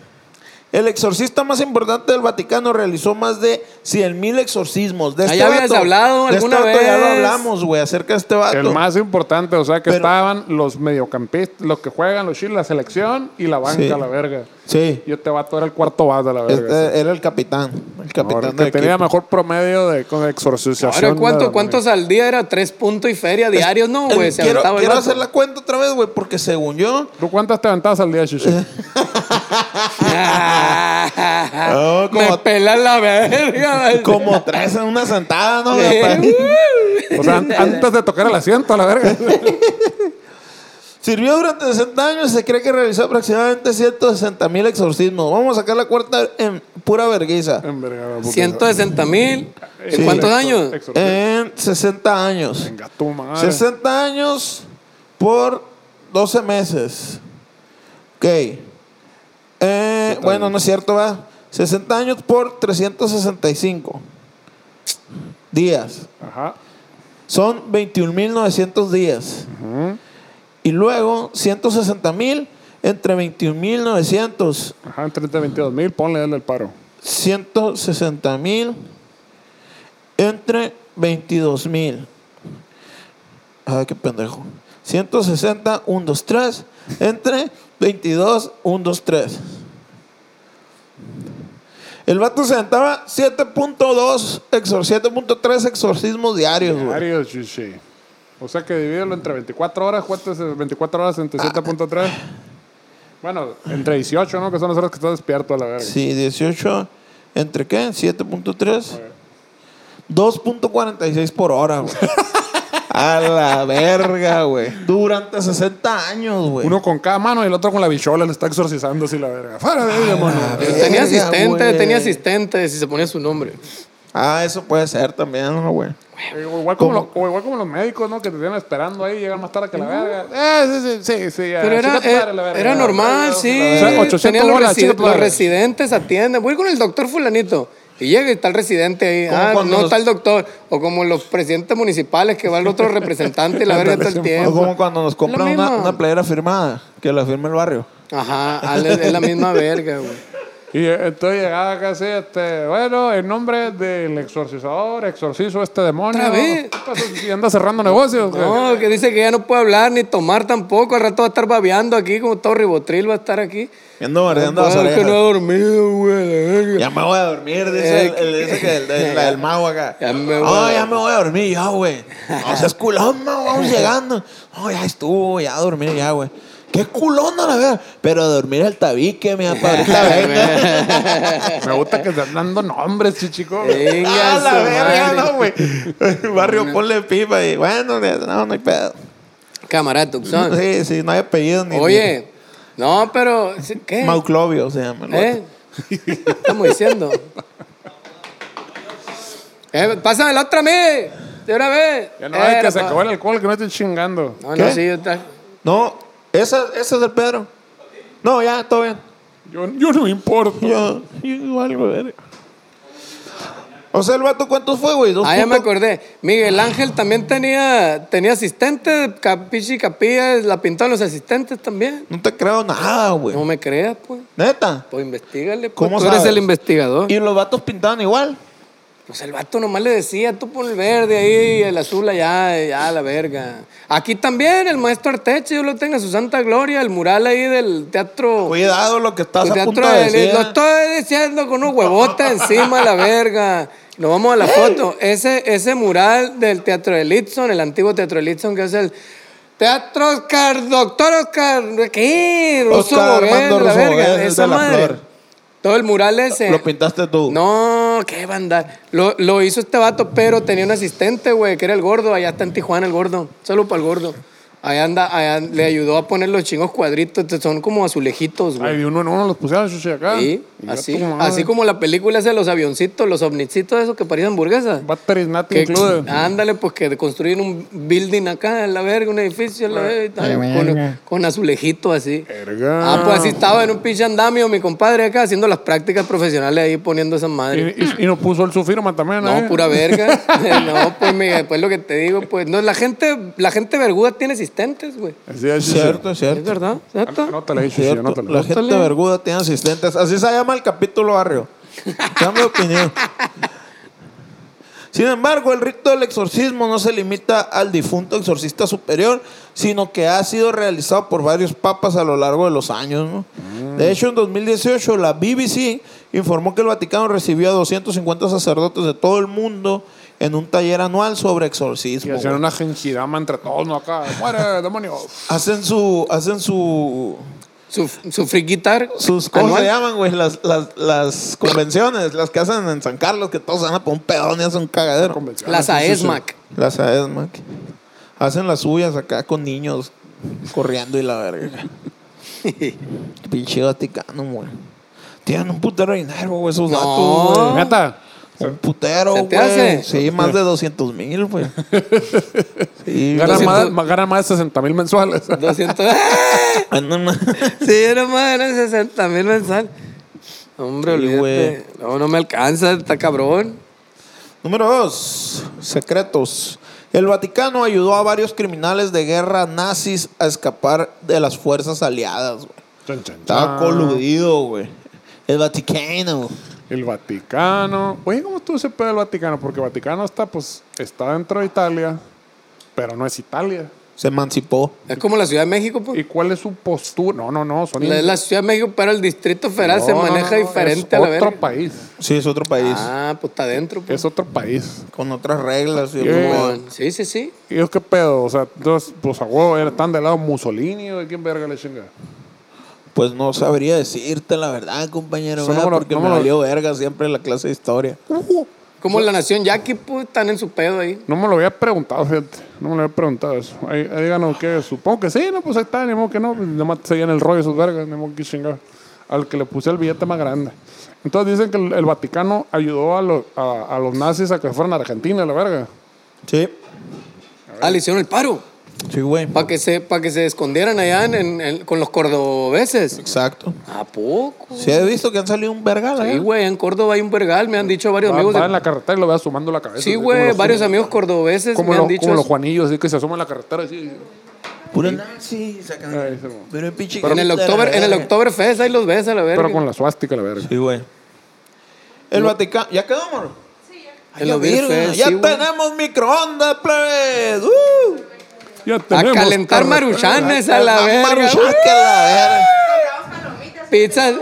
Speaker 3: El exorcista más importante del Vaticano realizó más de 100.000 exorcismos. De este
Speaker 2: Ah, ya habías hablado
Speaker 3: de
Speaker 2: alguna
Speaker 3: vato ya lo
Speaker 2: vez.
Speaker 3: hablamos, güey, acerca de este vato.
Speaker 1: El más importante, o sea que
Speaker 3: Pero-
Speaker 1: estaban los mediocampistas, los que juegan, los chiles, la selección y la banca,
Speaker 3: Sí.
Speaker 1: a la verga.
Speaker 3: Sí.
Speaker 1: Y este vato era el cuarto base, a la verga.
Speaker 3: Este era el capitán. El capitán
Speaker 1: Ahora, el
Speaker 3: del
Speaker 1: que tenía
Speaker 3: equipo.
Speaker 1: mejor promedio de con exorcización. de
Speaker 2: Ahora, ¿cuánto,
Speaker 1: la
Speaker 2: ¿cuántos al día era? Tres puntos y feria diarios, ¿no,
Speaker 3: El-
Speaker 2: güey? Se
Speaker 3: quiero
Speaker 2: aventaba el
Speaker 3: quiero
Speaker 2: vato.
Speaker 3: hacer la cuenta otra vez, güey, porque según yo.
Speaker 1: ¿Tú cuántas te aventabas al día, Shishi?
Speaker 3: Oh,
Speaker 2: Me
Speaker 3: como-
Speaker 2: pela la verga. güey.
Speaker 3: Como tres en una sentada, ¿no?
Speaker 2: Eh,
Speaker 3: güey?
Speaker 1: O sea, an- antes de tocar el asiento, a la verga.
Speaker 3: Sirvió durante 60 años y se cree que realizó aproximadamente 160 mil exorcismos. Vamos a sacar la cuarta en pura vergüenza.
Speaker 1: En verga, porque-
Speaker 2: 160 mil. ¿En
Speaker 1: Sí.
Speaker 2: cuántos
Speaker 1: Exor-
Speaker 2: años?
Speaker 1: exorcismo.
Speaker 3: En 60 años.
Speaker 1: Venga, tu madre.
Speaker 3: 60 años por 12 meses. Ok. Eh, bueno, no es cierto, va. 60 años por 365 días.
Speaker 1: Ajá.
Speaker 3: Son 21.900 días. Y luego 160.000 entre 21.900.
Speaker 1: Ajá, en 30, 22 mil, ponle dale el paro.
Speaker 3: 160.000 entre 22.000. Ay, qué pendejo. 160, 1, 2, 3 entre 22, 1, 2, 3. El vato se aventaba 7.2 exor 7.3 exorcismos diarios, güey.
Speaker 1: Diario, Shishi. O sea que divídelo entre 24 horas. ¿Cuánto es el 24 horas entre 7.3? Bueno, entre 18, ¿no? Que son las horas que estás despierto, a la verga.
Speaker 3: Sí, 18. ¿Entre qué? 7.3. 2.46 por hora, güey. A la verga, güey. Durante 60 años, güey.
Speaker 1: Uno con cada mano y el otro con la bichola le está exorcizando así la verga. ¡Fuera de Eh, ella, mano!
Speaker 2: Tenía
Speaker 3: Verga,
Speaker 2: asistente,
Speaker 3: güey.
Speaker 2: tenía asistente, si se ponía su nombre.
Speaker 3: Ah, eso puede ser también, ¿no, güey.
Speaker 1: O igual, como los, o igual como los médicos, ¿no? Que te tienen esperando ahí, llegan más tarde que la verga. Eh, sí, sí, sí, sí. ya.
Speaker 2: Pero
Speaker 1: Chinga
Speaker 2: era,
Speaker 1: tu madre, la
Speaker 2: era,
Speaker 1: verga.
Speaker 2: era normal, sí.
Speaker 1: O sea, 800
Speaker 2: Tenían los,
Speaker 1: bolas,
Speaker 2: resi-
Speaker 1: chinga tu
Speaker 2: los
Speaker 1: madre.
Speaker 2: residentes atienden. Voy con el doctor fulanito. Y llega y está el residente ahí.
Speaker 3: Como
Speaker 2: Ah,
Speaker 3: cuando
Speaker 2: no
Speaker 3: los-
Speaker 2: está el doctor. O como los presidentes municipales que va el otro representante y la verga todo el
Speaker 3: O
Speaker 2: tiempo.
Speaker 3: como cuando nos compran
Speaker 2: Lo
Speaker 3: una,
Speaker 2: mismo.
Speaker 3: una playera firmada, que la firma el barrio.
Speaker 2: Ajá, ah, es es la misma verga, güey.
Speaker 1: Y eh, entonces llegaba acá así, este, bueno, en nombre del exorcizador, exorcizo este demonio.
Speaker 2: ¿Otra vez?
Speaker 1: ¿Qué pasó si anda cerrando negocios? güey?
Speaker 2: No, que dice que ya no puede hablar ni tomar tampoco. Al rato va a estar babeando aquí, como todo ribotril va a estar aquí.
Speaker 3: Y ando bardeando las
Speaker 2: Puedo ver Ah, que no ha
Speaker 3: orejas.
Speaker 2: dormido, güey. la verga.
Speaker 3: Ya me voy a dormir, dice
Speaker 2: Eh,
Speaker 3: el, el- ese que el, el- la del mago acá.
Speaker 2: Ya me
Speaker 3: "Ah,
Speaker 2: voy a-
Speaker 3: ya me voy a dormir ya, güey. No seas culón, mago, vamos llegando. No, ya estuvo, ya a dormir ya, güey. Qué culón, a la verdad. Pero dormir al tabique, mi papá, ahorita venga.
Speaker 1: Me gusta que están dando nombres, sí, chico.
Speaker 2: Venga,
Speaker 3: Ah, la
Speaker 2: su
Speaker 3: verga,
Speaker 2: madre.
Speaker 3: no, güey. El barrio ponle pipa y bueno, no, no hay pedo.
Speaker 2: Camarada Tucson.
Speaker 3: Sí, sí, no hay apellido ni.
Speaker 2: Oye, no, pero. ¿Qué?
Speaker 3: ni- Mauclovio se llama. el
Speaker 2: ¿Eh? ¿Qué estamos diciendo? eh, pásame la otra a mí, de una vez.
Speaker 1: Ya no hay que se
Speaker 2: pa-
Speaker 1: acabó el alcohol, que no estoy chingando.
Speaker 2: No, no,
Speaker 3: ¿Qué?
Speaker 2: sí, yo ta-
Speaker 3: No, ese, ese es el Pedro. No, ya, todo bien.
Speaker 1: Yo, yo no me importo.
Speaker 3: Yo, yo igual, güey. O sea, el vato, ¿cuántos fue, güey? Dos
Speaker 2: Ah, ya me
Speaker 3: puntos.
Speaker 2: acordé. Miguel Ángel también tenía, tenía asistentes, capichi capilla, la pintaban los asistentes también.
Speaker 3: No te creo nada, güey.
Speaker 2: No me creas, pues.
Speaker 3: Neta.
Speaker 2: Pues investigale, pues.
Speaker 3: ¿Cómo
Speaker 2: Tú eres
Speaker 3: sabes?
Speaker 2: el investigador.
Speaker 3: Y los vatos pintaban igual.
Speaker 2: Pues el vato nomás le decía, tú pon el verde ahí, el azul allá, y ya la verga. Aquí también el maestro Arteche, yo lo tengo en su santa gloria, el mural ahí del teatro.
Speaker 3: Cuidado lo que estás
Speaker 2: el
Speaker 3: a punto
Speaker 2: teatro
Speaker 3: de
Speaker 2: del-
Speaker 3: decir.
Speaker 2: Lo
Speaker 3: ¿eh?
Speaker 2: estoy diciendo con unos huevotes encima, la verga. Nos vamos a la foto. Ese, ese mural del teatro de Litson, el antiguo teatro de Litson, que es el. Teatro Oscar, doctor Oscar, ¿qué? Ruso
Speaker 3: Oscar
Speaker 2: Boguer,
Speaker 3: Armando
Speaker 2: la
Speaker 3: Russo
Speaker 2: verga.
Speaker 3: Boguer, el
Speaker 2: esa
Speaker 3: de la
Speaker 2: madre.
Speaker 3: flor.
Speaker 2: Todo el mural ese.
Speaker 3: Lo pintaste tú.
Speaker 2: No, qué banda. Lo, lo hizo este vato, pero tenía un asistente, güey, que era el gordo. Allá está en Tijuana el gordo. Saludo para el gordo. Allá anda, allá le ayudó a poner los chingos cuadritos. te- Son como azulejitos,
Speaker 1: Ay,
Speaker 2: güey.
Speaker 1: de uno en uno los pusieron, chuchi, acá.
Speaker 2: Sí,
Speaker 1: Y "Ah,
Speaker 2: así,
Speaker 1: ya tu madre.
Speaker 2: así como la película esa de los avioncitos, los ovnicitos, esos que parecen hamburguesas.
Speaker 1: Batteries not
Speaker 2: Que,
Speaker 1: included.
Speaker 2: ándale, pues que construyen un building acá en la verga, un edificio en la verga y tal, con, con azulejito así.
Speaker 1: Verga.
Speaker 2: Ah, pues así estaba en un pinche andamio mi compadre acá haciendo las prácticas profesionales ahí poniendo esas
Speaker 1: Y,
Speaker 2: madres.
Speaker 1: y, y nos puso el sufirma también,
Speaker 2: No,
Speaker 1: ¿eh?
Speaker 2: pura verga. no, pues Miguel, pues lo que te digo, pues no, la gente, la gente verguda tiene asistentes, güey.
Speaker 1: Así es, chuchi.
Speaker 3: Cierto,
Speaker 2: Es
Speaker 3: cierto.
Speaker 2: verdad, ¿cierto?
Speaker 1: Anótale ahí, chuchi,
Speaker 3: cierto.
Speaker 1: anótale.
Speaker 3: La gente
Speaker 2: Anótale.
Speaker 3: verguda tiene asistentes. Así se llama el capítulo barrio. Cambio de opinión. Sin embargo, el rito del exorcismo no se limita al difunto exorcista superior, sino que ha sido realizado por varios papas a lo largo de los años. ¿no? De hecho, en 2018 la BBC informó que el Vaticano recibió a 250 sacerdotes de todo el mundo en un taller anual sobre
Speaker 1: Y
Speaker 3: exorcismo.
Speaker 1: hacían
Speaker 3: güey.
Speaker 1: una genjidama entre todos, ¿no? Acá. Muere, demonio.
Speaker 3: Hacen su hacen su
Speaker 2: Su, su free guitar.
Speaker 3: sus ¿cómo
Speaker 2: anual.
Speaker 3: se llaman, güey? Las, las, las convenciones, las que hacen en San Carlos, que todos se van a poner un pedón y hacen un cagadero.
Speaker 1: Convención.
Speaker 2: Las
Speaker 3: Ah,
Speaker 2: E AESMAC.
Speaker 3: Las AESMAC. E, Hacen las suyas acá con niños corriendo y la verga. Pinche Vaticano, güey. Tienen un putero de dinero, güey, esos
Speaker 2: No.
Speaker 3: datos, güey.
Speaker 1: Neta.
Speaker 3: Un putero,
Speaker 2: ¿Se te
Speaker 3: güey.
Speaker 2: hace?
Speaker 3: Sí, más de 200 mil, güey. Sí,
Speaker 1: Ganan
Speaker 3: güey.
Speaker 1: más, más- ganan más de 60 mil mensuales.
Speaker 2: 200.
Speaker 3: Andan más-
Speaker 2: sí, era más, eran 60 mil mensal. Hombre,
Speaker 3: Sí,
Speaker 2: olvídate. No, no me alcanza, está cabrón.
Speaker 3: Número 2. Secretos. El Vaticano ayudó a varios criminales de guerra nazis a escapar de las fuerzas aliadas, güey.
Speaker 1: Chan, chan,
Speaker 3: Estaba
Speaker 2: Ah.
Speaker 1: chan.
Speaker 3: coludido, güey. El Vaticano.
Speaker 1: El Vaticano. Oye, ¿cómo estuvo ese pedo del Vaticano? Porque Vaticano está, pues, está dentro de Italia, pero no es Italia.
Speaker 3: Se emancipó.
Speaker 2: Es como la Ciudad de México, pues.
Speaker 1: ¿Y cuál es su postura? No, no, no. Son
Speaker 2: La,
Speaker 1: in-
Speaker 2: la Ciudad de México, pero el Distrito Federal
Speaker 1: No,
Speaker 2: se
Speaker 1: no, no,
Speaker 2: maneja
Speaker 1: no,
Speaker 2: diferente
Speaker 1: es
Speaker 2: a la verga.
Speaker 1: otro país.
Speaker 3: Sí, es otro país.
Speaker 2: Ah, pues está adentro, pues.
Speaker 1: Es otro país.
Speaker 3: Con otras reglas. y otro
Speaker 1: Yeah.
Speaker 3: pedo.
Speaker 2: Sí, sí, sí.
Speaker 1: ¿Y ellos qué pedo? O sea, entonces, pues, a huevo, era tan de lado Mussolini o de quién verga le chinga.
Speaker 3: Pues no sabría decirte la verdad, compañero.
Speaker 1: Eso no
Speaker 3: ¿verdad?
Speaker 1: me lo-
Speaker 3: Porque
Speaker 1: no
Speaker 3: me
Speaker 1: me lo-
Speaker 3: valió verga siempre la clase de historia.
Speaker 2: Como la nación Jackie, pues están en su pedo ahí.
Speaker 1: No me lo había preguntado, fíjate. No me lo había preguntado eso. Ahí, ahí díganos que supongo que sí, no, pues ahí está, ni modo que no. Nada más seguían el rollo esos vergas, ni modo que chingar. Al que le puse el billete más grande. Entonces dicen que el, el Vaticano ayudó a, los- a, a los nazis a que fueran a Argentina, la verga.
Speaker 3: Sí.
Speaker 2: Ah, le hicieron el paro.
Speaker 3: Sí, güey.
Speaker 2: Para que, se- pa' que se escondieran allá en- en- en- con los cordobeses.
Speaker 3: Exacto.
Speaker 2: ¿A poco?
Speaker 3: Sí, he visto que han salido un vergal,
Speaker 2: Sí,
Speaker 3: eh.
Speaker 2: güey, en Córdoba hay un vergal, me han dicho varios
Speaker 1: Va,
Speaker 2: amigos. de-
Speaker 1: va en la carretera y lo veas sumando la cabeza.
Speaker 2: Sí,
Speaker 1: así, como
Speaker 2: güey,
Speaker 1: los-
Speaker 2: varios amigos cordobeses
Speaker 1: Como,
Speaker 2: me
Speaker 1: los-
Speaker 2: han dicho.
Speaker 1: como los
Speaker 2: eso.
Speaker 1: Juanillos, así que se asoman a la carretera. Así.
Speaker 3: Puro nazi, sacan.
Speaker 1: Ahí se va.
Speaker 3: Pero el pinche
Speaker 2: en el October, en el Oktoberfest, ahí los ves a la verga.
Speaker 1: Pero con la suástica, la verga.
Speaker 3: Sí,
Speaker 2: Pues
Speaker 3: güey. El Vaticano. ¿Ya quedó, moro? Sí,
Speaker 2: En la Beer Fest,
Speaker 3: ya
Speaker 2: sí, güey.
Speaker 3: tenemos microondas, plebes. ¡Uh!
Speaker 1: Ya
Speaker 2: A
Speaker 1: tenemos
Speaker 2: calentar
Speaker 1: carretera.
Speaker 2: maruchanes a la
Speaker 3: Más
Speaker 2: verga.
Speaker 3: maruchan que la verga.
Speaker 2: Pizza.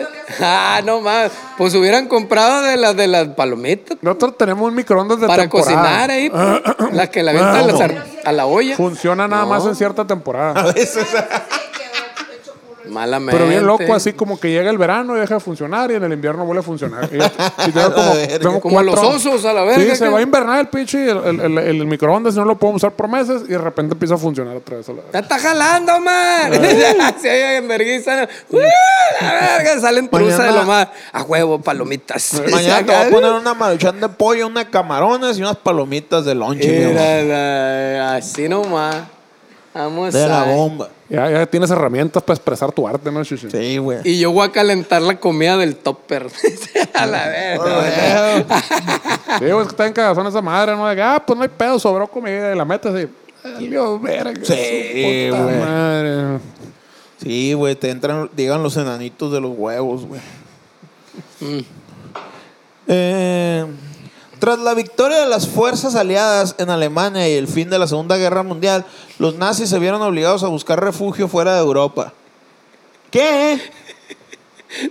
Speaker 2: Ah, no más. Pues hubieran comprado de las de las palomitas
Speaker 1: Nosotros tenemos un microondas de
Speaker 2: para
Speaker 1: temporada.
Speaker 2: cocinar ahí. pues, las que la avientan a, las ar- a la olla.
Speaker 1: Funciona nada más en cierta
Speaker 3: A
Speaker 1: temporada.
Speaker 3: veces.
Speaker 2: Malamente.
Speaker 1: Pero bien loco, así como que llega el verano y deja de funcionar y en el invierno vuelve a funcionar. Y, y tengo
Speaker 3: A la
Speaker 1: como,
Speaker 3: verga.
Speaker 1: tengo
Speaker 2: Como
Speaker 1: cuatro-
Speaker 2: los osos, a la verga,
Speaker 1: Sí, se
Speaker 2: que-
Speaker 1: va a invernar el pinche y el, el, el- el microondas no lo podemos usar por meses y de repente empieza a funcionar otra vez. a la verga.
Speaker 2: ¡Ya está jalando, man! Se oye en vergüenza. ¡Uh! La verga, salen truzas de
Speaker 3: Mañana-
Speaker 2: lo más. A huevo, palomitas.
Speaker 3: Mañana te
Speaker 2: Acá.
Speaker 3: voy a poner una maruchan de pollo, unas camarones y unas palomitas de lonche, mi amor.
Speaker 2: Era la- así nomás. Vamos
Speaker 3: De la
Speaker 2: a.
Speaker 3: bomba.
Speaker 1: Ya, ya tienes herramientas para expresar tu arte, ¿no, Chuchi?
Speaker 3: Sí, güey.
Speaker 2: Y yo voy a calentar la comida del topper. a la verga.
Speaker 1: Sí, güey, es que está en cagazón esa madre, ¿no? De que, ah, pues no hay pedo, sobró comida y la metes y... Salió verga.
Speaker 3: Sí,
Speaker 1: su puta
Speaker 3: güey.
Speaker 1: madre.
Speaker 3: Sí, güey, te entran, digan los enanitos de los huevos, güey.
Speaker 2: Mm.
Speaker 3: Eh, tras la victoria de las fuerzas aliadas en Alemania y el fin de la Segunda Guerra Mundial, los nazis se vieron obligados a buscar refugio fuera de Europa. ¿Qué?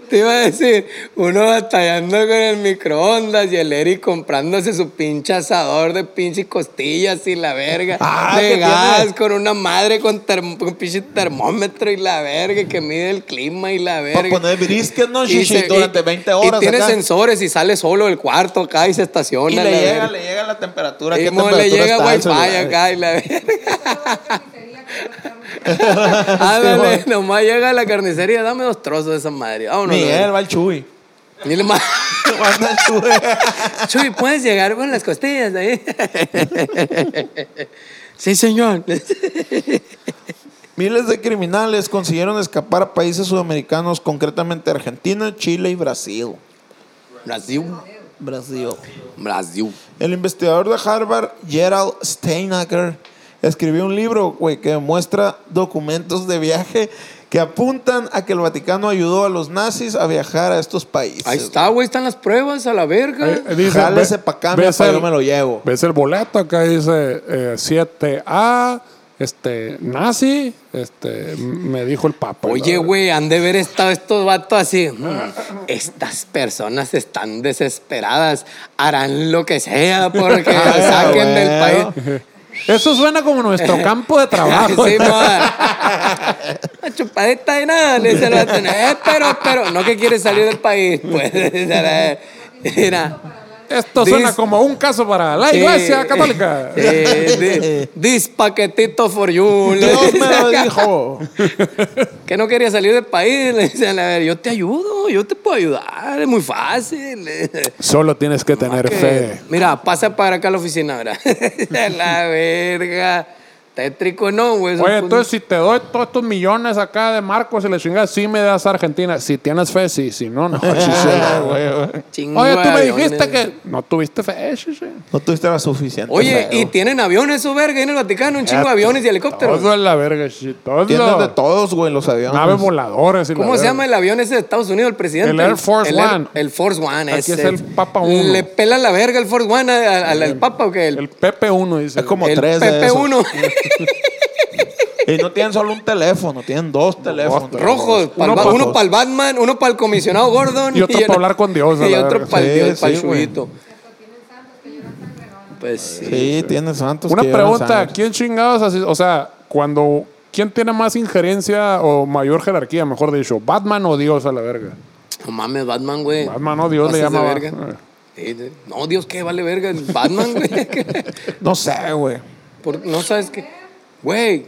Speaker 2: Te iba a decir, uno batallando con el microondas y el Eric comprándose su pinche asador de pinche costillas y la verga.
Speaker 3: Ah,
Speaker 2: de
Speaker 3: que
Speaker 2: gas,
Speaker 3: tiene-
Speaker 2: con una madre con, term- con pinche termómetro y la verga que mide el clima y la verga.
Speaker 3: Para poner brisket, ¿no?
Speaker 2: Y
Speaker 3: Shishi,
Speaker 2: se-
Speaker 3: durante
Speaker 2: y-
Speaker 3: 20 horas.
Speaker 2: Y tiene
Speaker 3: acá.
Speaker 2: sensores y sale solo del cuarto acá y se estaciona.
Speaker 3: Y le
Speaker 2: la
Speaker 3: llega,
Speaker 2: verga.
Speaker 3: le llega la temperatura.
Speaker 2: Y
Speaker 3: ¿Qué
Speaker 2: mo- le
Speaker 3: temperatura
Speaker 2: llega
Speaker 3: está el
Speaker 2: wifi
Speaker 3: celular?
Speaker 2: acá y la verga. Ándale, nomás llega a la carnicería, dame dos trozos de esa madre. Vámonos.
Speaker 3: Miguel, va el chuy.
Speaker 2: Ni le ma-
Speaker 3: Manda el chuy.
Speaker 2: Chuy, ¿puedes llegar con las costillas de ahí? sí, señor.
Speaker 3: Miles de criminales consiguieron escapar a países sudamericanos, concretamente Argentina, Chile y Brasil.
Speaker 2: Brasil.
Speaker 3: Brasil.
Speaker 2: Brasil.
Speaker 3: El investigador de Harvard, Gerald Steinacker, escribió un libro güey, que muestra documentos de viaje que apuntan a que el Vaticano ayudó a los nazis a viajar a estos países.
Speaker 2: Ahí está, güey, están las pruebas a la verga.
Speaker 1: Eh, eh, dice,
Speaker 3: Jálese
Speaker 1: ve-
Speaker 3: pa' acá, mi
Speaker 1: ves
Speaker 3: pa',
Speaker 1: el-
Speaker 3: yo me lo llevo.
Speaker 1: Ves el boleto, acá dice eh, 7A, este, nazi, este, m- me dijo el papa.
Speaker 2: Oye,
Speaker 1: ¿no?
Speaker 2: güey, han de ver estado estos vatos así. "Mm, Estas personas están desesperadas. Harán lo que sea porque lo saquen del
Speaker 3: Bueno.
Speaker 2: país.
Speaker 1: Eso suena como nuestro campo de trabajo.
Speaker 2: Sí, ma. Una chupadita de nada, le dice el vato. "Eh, pero, pero, no que quiere salir del país, pues. Mira.
Speaker 1: Esto suena
Speaker 2: Dis-
Speaker 1: como un caso para la iglesia
Speaker 2: eh,
Speaker 1: católica.
Speaker 2: eh, di- this paquetito for you. le
Speaker 3: Dios
Speaker 2: dice
Speaker 3: me lo
Speaker 2: acá.
Speaker 3: dijo.
Speaker 2: Que no quería salir del país. Le dice, a ver, yo te ayudo, yo te puedo ayudar, es muy fácil.
Speaker 1: Solo tienes que tener
Speaker 2: Que,
Speaker 1: fe.
Speaker 2: Mira, pasa para acá a la oficina, ¿verdad? la verga. Tétrico, no, güey.
Speaker 1: Oye,
Speaker 2: Son-
Speaker 1: entonces si te doy todos estos millones acá de marcos y le chingas, sí me das a Argentina. Si tienes fe, sí. Si no, no. Sí, sí, no, güey.
Speaker 2: Chingo
Speaker 1: Oye, tú
Speaker 2: de
Speaker 1: me
Speaker 2: aviones.
Speaker 1: dijiste que no tuviste fe. sí, sí.
Speaker 3: No tuviste la suficiente.
Speaker 2: Oye,
Speaker 3: feo.
Speaker 2: y tienen aviones, su verga, ahí en el Vaticano, un chingo de aviones y helicópteros.
Speaker 1: Todo es la verga, sí. Todo es
Speaker 3: Tienes de
Speaker 1: la...
Speaker 3: todos, güey, los aviones.
Speaker 1: Naves voladoras. y la
Speaker 2: ¿Cómo se
Speaker 1: verga.
Speaker 2: llama el avión ese de Estados Unidos, el presidente?
Speaker 1: El Air Force
Speaker 2: el Air-
Speaker 1: One.
Speaker 2: El Force One,
Speaker 1: Aquí
Speaker 2: ese.
Speaker 1: es el Papa Uno.
Speaker 2: ¿Le pela la verga el Force One a- a- al, al Papa o qué? El,
Speaker 1: El PP1, dice.
Speaker 3: Es como
Speaker 2: el
Speaker 3: tres de esos.
Speaker 2: PP1.
Speaker 3: Y no tienen solo un teléfono, tienen dos teléfonos.
Speaker 2: Rojos. pa'l
Speaker 1: Uno
Speaker 2: ba-
Speaker 1: pa'
Speaker 2: uno
Speaker 1: dos.
Speaker 2: para el Batman, uno para el comisionado Gordon.
Speaker 1: Y otro
Speaker 2: el-
Speaker 1: pa' hablar con Dios, a
Speaker 2: Y
Speaker 1: la
Speaker 2: otro
Speaker 1: verga.
Speaker 2: para el
Speaker 3: Sí,
Speaker 2: Dios, para el
Speaker 3: sí, güey.
Speaker 2: Chuyito. Pues sí.
Speaker 3: Sí, tienen santos.
Speaker 1: Una
Speaker 3: que llevan
Speaker 1: pregunta,
Speaker 3: sangre.
Speaker 1: ¿quién chingados así? O sea, cuando. ¿Quién tiene más injerencia o mayor jerarquía, mejor dicho? ¿Batman o Dios a la verga?
Speaker 2: No mames, Batman, güey.
Speaker 1: Batman, no, Dios le
Speaker 2: Pases de
Speaker 1: llamaba.
Speaker 2: verga.
Speaker 1: Ah.
Speaker 2: Sí, sí. No, Dios, qué vale verga. el Batman, güey.
Speaker 3: No sé, güey.
Speaker 2: Por- no sabes qué. Güey.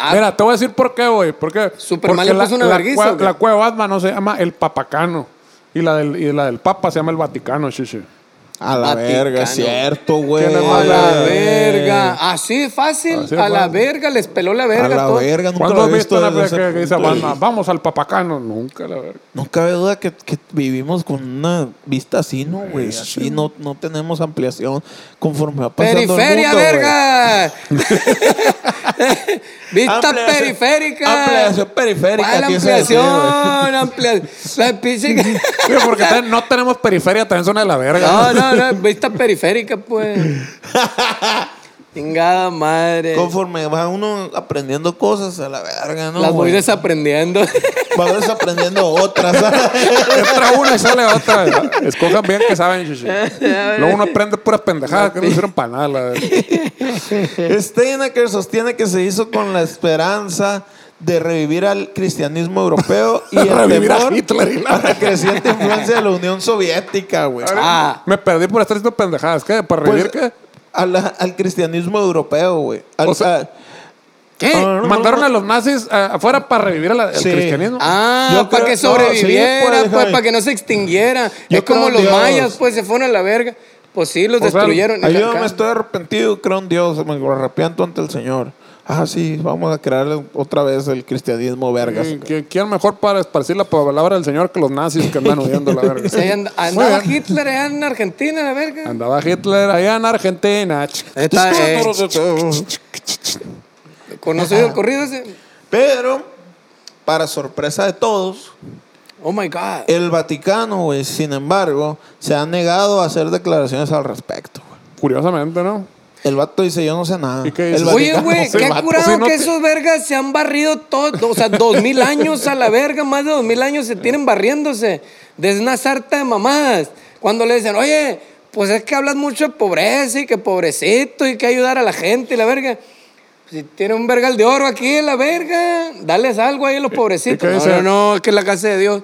Speaker 2: Ah,
Speaker 1: Mira, te voy a decir por qué, güey. Porque,
Speaker 2: Superman
Speaker 1: porque
Speaker 2: le puso una
Speaker 1: la,
Speaker 2: vergüenza,
Speaker 1: cua-
Speaker 2: ¿o qué?
Speaker 1: la cueva de Batman no se llama el Papacano. Y la del, y la del Papa se llama el Vaticano, chiche.
Speaker 3: A la
Speaker 2: Vaticano.
Speaker 3: verga, es cierto, güey.
Speaker 1: ¿Quién es
Speaker 2: A la
Speaker 1: Ay.
Speaker 2: verga. Así de fácil.
Speaker 1: Así de
Speaker 2: a la
Speaker 1: fácil.
Speaker 2: verga. Les peló la verga.
Speaker 3: A la
Speaker 2: todo.
Speaker 3: verga, nunca
Speaker 1: ¿Cuándo
Speaker 3: lo
Speaker 1: has
Speaker 3: he visto.
Speaker 1: visto una
Speaker 3: desde
Speaker 1: película
Speaker 3: ese
Speaker 1: que dice
Speaker 3: punto de
Speaker 1: "Vamos-
Speaker 3: vista.
Speaker 1: vamos al papacano? Nunca, la verga.
Speaker 3: No cabe duda que, que vivimos con una vista así, ¿no, güey? Así no, no tenemos ampliación conforme va pasando
Speaker 2: Periferia,
Speaker 3: el mundo,
Speaker 2: verga.
Speaker 3: güey.
Speaker 2: Vista
Speaker 3: Ampliación-
Speaker 2: periférica.
Speaker 3: Ampliación periférica.
Speaker 2: ¿Cuál
Speaker 3: quiso decir,
Speaker 2: ampliación? Amplia- La pinche-
Speaker 1: Oye, porque te- no tenemos periferia, también suena de la verga.
Speaker 2: No, no, no. Vista periférica, pues. Chingada madre.
Speaker 3: güey. Conforme va uno aprendiendo cosas a la verga, ¿no?
Speaker 2: Las voy
Speaker 3: güey?
Speaker 2: desaprendiendo.
Speaker 3: Va desaprendiendo otras. ¿sabes?
Speaker 1: Entra una y sale otra. Escojan bien que saben, chichi. Luego uno aprende puras pendejadas que no hicieron para nada. la verga.
Speaker 3: Steinecker sostiene que se hizo con la esperanza de revivir al cristianismo europeo y el
Speaker 1: Revivir a
Speaker 3: temor
Speaker 1: Hitler y la-
Speaker 3: a la creciente influencia de la Unión Soviética, güey.
Speaker 2: Ah.
Speaker 1: Me perdí por estar haciendo pendejadas. ¿Qué? ¿Para
Speaker 3: Pues,
Speaker 1: revivir qué?
Speaker 3: a la- al cristianismo europeo, güey. Al-
Speaker 1: O sea,
Speaker 3: a-
Speaker 2: ¿Qué?
Speaker 3: Ah,
Speaker 1: Eh, Mandaron a los nazis ah, afuera para revivir a la- el
Speaker 3: Sí.
Speaker 1: cristianismo.
Speaker 2: Ah,
Speaker 3: Yo
Speaker 2: para
Speaker 3: creo-
Speaker 2: que
Speaker 3: no, sí,
Speaker 2: sobreviviera,
Speaker 3: pues,
Speaker 2: pues,
Speaker 3: Javi.
Speaker 2: para que no se extinguiera.
Speaker 3: Yo
Speaker 2: es como
Speaker 3: creo en
Speaker 2: los
Speaker 3: Dios.
Speaker 2: mayas, pues se fueron a la verga. Pues sí, los
Speaker 1: O sea,
Speaker 2: destruyeron. Y
Speaker 3: Ayúdame,
Speaker 2: acá-
Speaker 3: estoy arrepentido, creo en Dios, me arrepiento ante el Señor. Ah, sí, vamos a crear otra vez el cristianismo, vergas.
Speaker 2: mm,
Speaker 1: ¿Qui- qui- ¿Quién mejor para esparcir la palabra del Señor que los nazis que andan huyendo la verga?
Speaker 2: Sí, and-
Speaker 1: Muy
Speaker 2: andaba
Speaker 1: bien.
Speaker 2: Hitler allá en Argentina, la verga.
Speaker 1: Andaba Hitler allá en Argentina. ch-
Speaker 2: Ahí está, eh, conocido corrido ese.
Speaker 3: Pero, para sorpresa de todos,
Speaker 2: Oh my God.
Speaker 3: el Vaticano, güey, sin embargo, se ha negado a hacer declaraciones al respecto. güey.
Speaker 1: Curiosamente, ¿no?
Speaker 3: El vato dice, yo no sé nada.
Speaker 1: ¿Y qué
Speaker 3: El
Speaker 1: dices?
Speaker 2: Oye,
Speaker 3: Vaticano-
Speaker 2: güey,
Speaker 1: sí,
Speaker 2: qué
Speaker 1: vato,
Speaker 2: curado
Speaker 1: sí, no
Speaker 2: que
Speaker 1: te-
Speaker 2: esos vergas se han barrido todos, o sea, dos mil años a la verga, más de dos mil años se tienen barriéndose. Desde una sarta de mamadas. Cuando le dicen, oye, pues es que hablas mucho de pobreza y que pobrecito y que ayudar a la gente y la verga. Si tiene un vergal de oro aquí, la verga, dales algo ahí a los
Speaker 1: qué
Speaker 2: pobrecitos. No,
Speaker 1: dice?
Speaker 2: no, no, es que es la casa de Dios.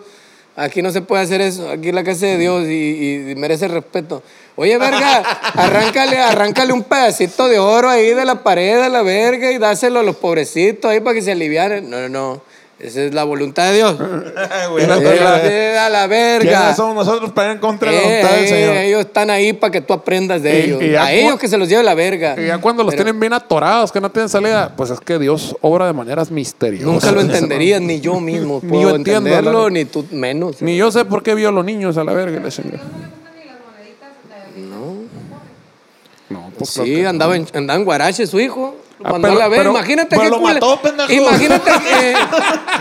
Speaker 2: Aquí no se puede hacer eso. Aquí es la casa de Dios y, y merece respeto. Oye, verga, arráncale, arráncale un pedacito de oro ahí de la pared a la verga y dáselo a los pobrecitos ahí para que se alivianen. No, no, no. Esa es la voluntad de Dios.
Speaker 1: Eh,
Speaker 3: Ay, güey,
Speaker 2: Esa
Speaker 3: la-
Speaker 2: es
Speaker 3: la-
Speaker 2: la- a la verga.
Speaker 3: ¿Quiénes somos nosotros para ir en contra de la
Speaker 2: Eh,
Speaker 3: voluntad del
Speaker 2: eh,
Speaker 3: Señor?
Speaker 2: ellos están ahí para que tú aprendas de
Speaker 1: Y-
Speaker 2: ellos.
Speaker 1: y ya
Speaker 2: a
Speaker 1: cu-
Speaker 2: ellos que se los lleve la verga.
Speaker 1: Y ya cuando los
Speaker 2: Pero
Speaker 1: tienen bien atorados, que no tienen salida, pues es que Dios obra de maneras misteriosas.
Speaker 2: Nunca lo entenderías, ni yo mismo
Speaker 1: Ni
Speaker 2: puedo
Speaker 1: yo entiendo, la
Speaker 2: entenderlo,
Speaker 1: verdad.
Speaker 2: ni tú menos.
Speaker 1: Ni yo sé por qué vio a los niños a la verga. la chingada. No, pues claro
Speaker 2: Sí,
Speaker 1: que-
Speaker 2: andaba en, andaba en guarache su hijo. Lo
Speaker 1: Ah,
Speaker 2: mandó
Speaker 1: pero-
Speaker 2: a la verga.
Speaker 1: pero-
Speaker 2: Imagínate
Speaker 3: pero
Speaker 2: qué
Speaker 3: lo
Speaker 2: cule-
Speaker 3: mató, pendejo.
Speaker 2: Imagínate que.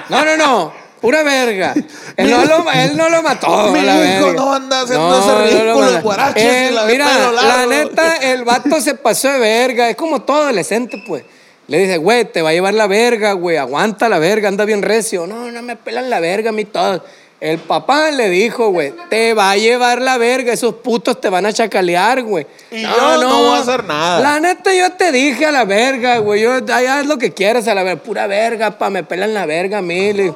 Speaker 2: No, no, no. Pura verga. Él no lo, él no lo mató.
Speaker 3: Mi
Speaker 2: la
Speaker 3: hijo
Speaker 2: verga.
Speaker 3: no anda haciendo
Speaker 2: No,
Speaker 3: ese
Speaker 2: no lo
Speaker 3: ridículo
Speaker 2: mató.
Speaker 3: de guaraches y
Speaker 2: Él-
Speaker 3: la de
Speaker 2: Mira,
Speaker 3: pelo
Speaker 2: la
Speaker 3: largo.
Speaker 2: neta, el vato se pasó de verga. Es como todo adolescente, pues. Le dice, güey, te va a llevar la verga, güey. Aguanta la verga, anda bien recio. No, no me pelan la verga a mí todo. El papá le dijo, güey, te va a llevar la verga. Esos putos te van a chacalear, güey.
Speaker 3: Y yo no voy a hacer nada.
Speaker 2: La neta, yo te dije a la verga, güey. Yo, ay, haz lo que quieras a la verga. Pura verga, pa, me pelan la verga a mí. le-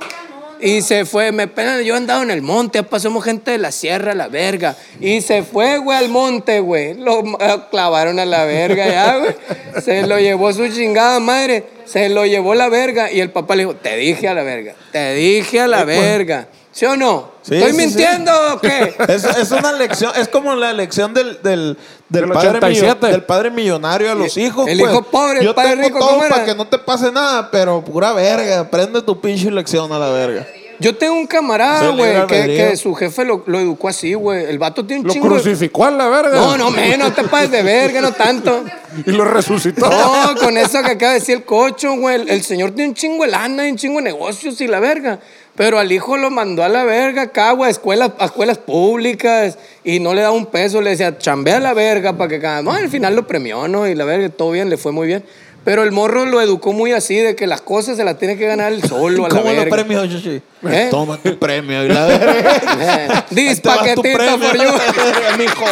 Speaker 2: Y se fue, me pelan. Yo andaba en el monte, ya pasamos gente de la sierra a la verga. Y se fue, güey, al monte, güey. Lo eh, clavaron a la verga ya, güey. Se lo llevó su chingada madre. Se lo llevó la verga. Y el papá le dijo, te dije a la verga. Te dije a la verga. ¿Sí o no?
Speaker 3: Eh, pues. Sí,
Speaker 2: ¿Estoy
Speaker 3: sí, sí.
Speaker 2: mintiendo o qué?
Speaker 3: Es, es una lección, es como la elección del, del, del
Speaker 1: Del
Speaker 3: padre,
Speaker 1: 87.
Speaker 3: millo- del padre millonario a los hijos.
Speaker 2: el
Speaker 3: pues.
Speaker 2: hijo pobre, el
Speaker 3: Yo
Speaker 2: padre
Speaker 3: tengo
Speaker 2: rico,
Speaker 3: todo
Speaker 2: ¿cómo era?
Speaker 3: para que no te pase nada, pero pura verga, prende tu pinche lección a la verga.
Speaker 2: Yo tengo un camarada,
Speaker 3: Soy libre
Speaker 2: güey, que,
Speaker 3: albedrío.
Speaker 2: que su jefe lo, lo educó así, güey. El vato tiene un
Speaker 1: Lo
Speaker 2: chingo. de-
Speaker 1: crucificó a la verga.
Speaker 2: No, no, menos, te pases de verga, no tanto.
Speaker 1: Y lo resucitó.
Speaker 2: No, con eso que acaba de decir el cocho, güey. El, el señor tiene un chingo de lana y un chingo de negocios y la verga. Pero al hijo lo mandó a la verga acá, güey, a escuelas, a escuelas públicas y no le daba un peso. Le decía, chambea la verga para que cada. No, al final lo premió, ¿no? Y la verga, todo bien, le fue muy bien. Pero el morro lo educó muy así, de que las cosas se las tiene que ganar él solo a la
Speaker 3: ¿Cómo
Speaker 2: verga.
Speaker 3: lo premio, Yoshi?
Speaker 2: ¿Eh?
Speaker 3: Toma tu premio y la verga.
Speaker 2: Eh,
Speaker 3: Ahí
Speaker 2: This
Speaker 3: te va tu
Speaker 2: paquetito
Speaker 3: premio,
Speaker 2: for you.
Speaker 3: la verga, mijo.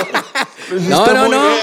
Speaker 2: No,
Speaker 3: Está
Speaker 2: no,
Speaker 3: muy
Speaker 2: no.
Speaker 3: bien.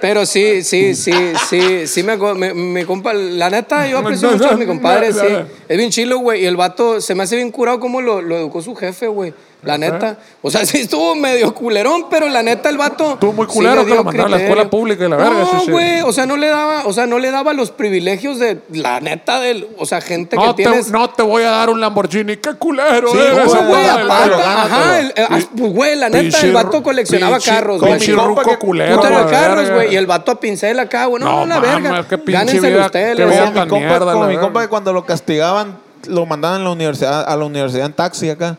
Speaker 2: Pero sí, sí, sí, sí, sí, me, acu- me, me compa, la neta, yo aprecio mucho a mi compadre, sí. Es bien chilo, güey, y el vato se me hace bien curado cómo lo, lo educó su jefe, güey. La neta. O sea, sí estuvo medio culerón, pero la neta el vato.
Speaker 1: Estuvo muy
Speaker 2: sí
Speaker 1: culero
Speaker 2: le
Speaker 1: que
Speaker 2: dio
Speaker 1: lo mandaron a la
Speaker 2: criterio.
Speaker 1: escuela pública y la verga, sí,
Speaker 2: No,
Speaker 1: sí.
Speaker 2: güey. O sea, no le daba, o sea, no le daba los privilegios de la neta del. O sea, gente
Speaker 1: No te,
Speaker 2: que tienes.
Speaker 1: no te voy a dar un Lamborghini, qué culero.
Speaker 3: Sí,
Speaker 1: eres,
Speaker 2: Eso,
Speaker 3: güey,
Speaker 2: güey,
Speaker 3: gánatelo,
Speaker 2: aparte,
Speaker 3: gánatelo.
Speaker 2: ajá, el- eh, ah, pues, güey, la neta,
Speaker 1: Pinche
Speaker 2: el vato
Speaker 1: ru-
Speaker 2: coleccionaba
Speaker 1: pinche-
Speaker 2: carros, güey.
Speaker 1: Pinche
Speaker 3: mi compa
Speaker 1: ruco
Speaker 3: que-
Speaker 1: culero.
Speaker 2: Puta
Speaker 1: la
Speaker 2: de carros,
Speaker 1: verga.
Speaker 2: güey. Y el vato a pincel acá, güey. No,
Speaker 1: No,
Speaker 2: no, la
Speaker 1: mames,
Speaker 2: verga.
Speaker 1: qué pinche
Speaker 2: Gánsenselo
Speaker 1: vida,
Speaker 2: ustedes,
Speaker 1: qué
Speaker 2: la
Speaker 1: vida
Speaker 2: verga.
Speaker 3: Como mi
Speaker 1: tan
Speaker 3: compa,
Speaker 1: mierda,
Speaker 3: como
Speaker 1: la
Speaker 3: mi
Speaker 1: verga.
Speaker 3: compa que cuando lo castigaban, lo mandaban a la universidad, a la universidad en taxi acá.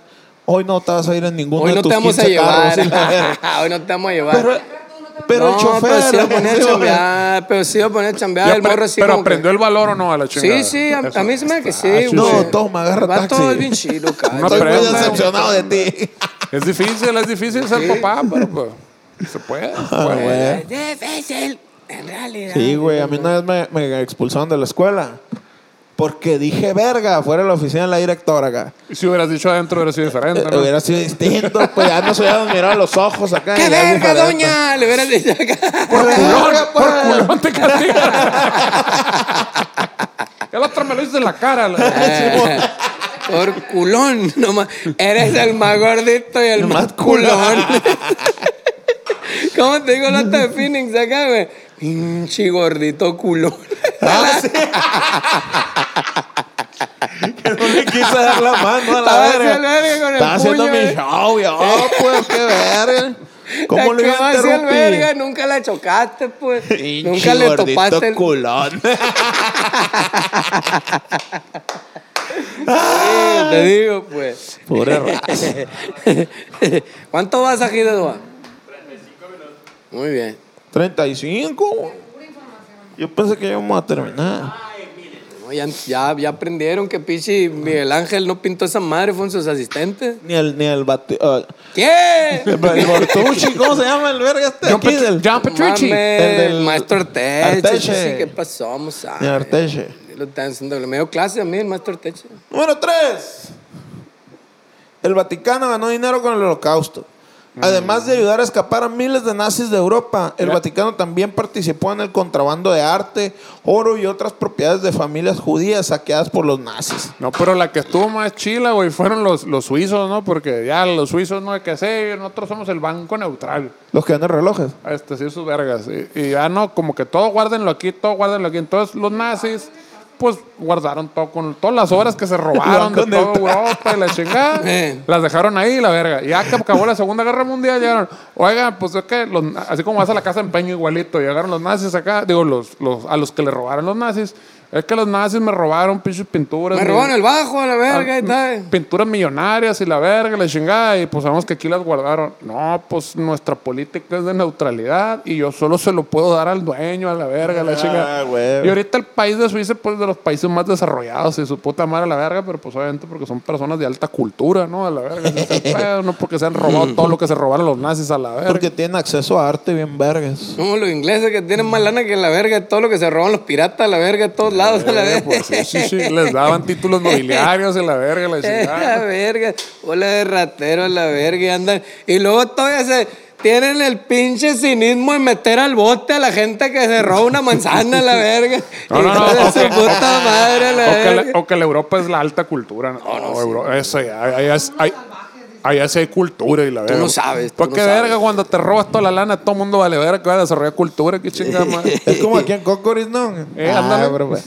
Speaker 3: Hoy no te vas a ir en ninguno
Speaker 2: Hoy
Speaker 3: de
Speaker 2: no
Speaker 3: tus
Speaker 2: te vamos a
Speaker 3: 15 carros,
Speaker 2: llevar.
Speaker 3: y la verga.
Speaker 2: Hoy no te vamos a llevar.
Speaker 3: Pero, pero
Speaker 2: No,
Speaker 3: el chofer...
Speaker 2: Pero sí
Speaker 3: la
Speaker 2: lo ponía a
Speaker 3: canción,
Speaker 2: chambear, pero sí lo ponía a chambear.
Speaker 1: Ya
Speaker 2: el
Speaker 1: apre-
Speaker 2: morro así
Speaker 1: pero
Speaker 2: como que-
Speaker 1: aprendió el valor o no a la chingada.
Speaker 2: Sí, sí, a,
Speaker 1: Eso.
Speaker 2: a mí se me hace que sí,
Speaker 1: Ah, sí,
Speaker 2: güey.
Speaker 3: No, toma, agarra
Speaker 2: Va
Speaker 3: taxi.
Speaker 2: todo bien chido, cara.
Speaker 1: No
Speaker 3: Estoy muy
Speaker 1: aprende,
Speaker 3: decepcionado de ti.
Speaker 1: Es difícil, es difícil ser papá, pero pues, se puede. se
Speaker 2: Ah,
Speaker 1: puede.
Speaker 3: güey.
Speaker 2: Es difícil, en realidad.
Speaker 3: Sí, güey, a mí una vez me, me expulsaron de la escuela. Porque dije, verga, fuera de la oficina de la directora acá.
Speaker 1: Y Si hubieras dicho adentro, hubiera sido diferente. ¿no?
Speaker 3: Hubiera sido distinto, pues ya nos hubiéramos mirado a los ojos acá.
Speaker 2: ¡Qué
Speaker 3: y ya es
Speaker 2: verga,
Speaker 3: diferente.
Speaker 2: doña! Le hubieras dicho acá.
Speaker 3: ¡Por culón,
Speaker 1: Por culón te castigaron. El otro me lo hizo en la cara. la-
Speaker 2: Por culón, nomás. Eres el más gordito y el
Speaker 3: El
Speaker 2: más,
Speaker 3: más
Speaker 2: culón. ¿Cómo te digo la otra de Phoenix acá, güey? Pinche gordito culón.
Speaker 3: Ah, sí. que no le quise dar la mano a
Speaker 2: Estaba
Speaker 3: la
Speaker 2: haciendo el
Speaker 3: verga.
Speaker 2: verga con el
Speaker 3: Estaba haciendo
Speaker 2: puño,
Speaker 3: mi
Speaker 2: eh.
Speaker 3: show, yo, pues, qué verga. ¿Cómo
Speaker 2: La
Speaker 3: le iba a
Speaker 2: que va hacia el verga,
Speaker 3: interrumpir?
Speaker 2: nunca la chocaste, pues.
Speaker 3: Pinche
Speaker 2: nunca le
Speaker 3: gordito
Speaker 2: topaste. el-
Speaker 3: culón.
Speaker 2: Sí, Ah, te digo, pues.
Speaker 3: Pobre raza.
Speaker 2: ¿Cuánto vas aquí, Eduardo? 35 minutos. Muy bien.
Speaker 3: 35. güey. Yo pensé que íbamos a terminar.
Speaker 2: No, ya, ya, ya aprendieron que Pichi Miguel Ángel no pintó esa madre, fueron sus asistentes.
Speaker 3: Ni el, ni el bate. ah,
Speaker 2: ¿Qué?
Speaker 3: el Bortucci, ¿cómo se llama el verga este?
Speaker 1: John
Speaker 3: aquí
Speaker 1: Petru-
Speaker 3: del-
Speaker 1: John Petrucci.
Speaker 2: Mames,
Speaker 3: El del-
Speaker 2: maestro Arteche.
Speaker 3: Arteche.
Speaker 2: sí, ¿Qué pasó? Vamos a.
Speaker 3: Ni Arteche.
Speaker 2: Lo están haciendo. Me dio clase a mí, el maestro Arteche.
Speaker 3: Número 3. El Vaticano ganó dinero con el holocausto. Además de ayudar a escapar a miles de nazis de Europa, el Vaticano también participó en el contrabando de arte, oro y otras propiedades de familias judías saqueadas por los nazis.
Speaker 1: No, pero la que estuvo más chila, güey, fueron los, los suizos, ¿no? Porque ya los suizos no hay que hacer, nosotros somos el banco neutral.
Speaker 3: Los que venden relojes.
Speaker 1: Este, sí, sus vergas. Y, y ya no, como que todo guárdenlo aquí, todo guárdenlo aquí. Entonces los nazis, pues guardaron todo con todas las obras que se robaron de
Speaker 3: Banco
Speaker 1: toda
Speaker 3: neutral.
Speaker 1: Europa y la chingada.
Speaker 2: Eh.
Speaker 1: las dejaron ahí, la verga. Ya que acabó la Segunda Guerra Mundial, llegaron. Oigan, pues es que los na- así como vas a la casa de empeño igualito, llegaron los nazis acá, digo, los, los, a los que le robaron los nazis. Es que los nazis me robaron pinches pinturas.
Speaker 2: Me
Speaker 1: mi-
Speaker 2: robaron el bajo a la verga eh. y
Speaker 1: Ah,
Speaker 2: tal.
Speaker 1: pinturas millonarias y la verga, la chingada, y pues sabemos que aquí las guardaron. No, pues nuestra política es de neutralidad y yo solo se lo puedo dar al dueño, a la verga, la
Speaker 3: Ah,
Speaker 1: chingada.
Speaker 3: güey.
Speaker 1: Y ahorita el país de Suiza pues de los países más desarrollados y su puta madre a la verga, pero pues obviamente porque son personas de alta cultura, ¿no? A la verga, ese es el pedo, no porque se han robado todo lo que se robaron los nazis a la verga.
Speaker 3: Porque tienen acceso a arte bien vergas.
Speaker 2: Somos los ingleses que tienen más lana que la verga, todo lo que se roban los piratas a la verga, de todos lados a la
Speaker 1: Eh,
Speaker 2: verga.
Speaker 1: pues, sí, sí, sí, les daban títulos nobiliarios y la verga, la chingada.
Speaker 2: Eh, la verga, bola de ratero la verga y andan. Y luego todavía se tienen el pinche cinismo de meter al bote a la gente que se roba una manzana la verga.
Speaker 1: No, no, no,
Speaker 2: Hijo de
Speaker 1: o
Speaker 2: su
Speaker 1: que-
Speaker 2: puta madre la
Speaker 1: o que, la,
Speaker 2: verga.
Speaker 1: o que la Europa es la alta cultura. No, no, Euro- eso ya, allá, es- hay- allá sí hay cultura y la verga.
Speaker 2: no sabes, tú
Speaker 1: ¿Por
Speaker 2: no
Speaker 1: qué
Speaker 2: sabes.
Speaker 1: verga cuando te robas toda la lana, todo el mundo vale verga que va a desarrollar cultura? ¿Qué chingada madre?
Speaker 3: Es como aquí en Cocoris, ¿no?
Speaker 1: Eh, ándale.
Speaker 3: pero, pues,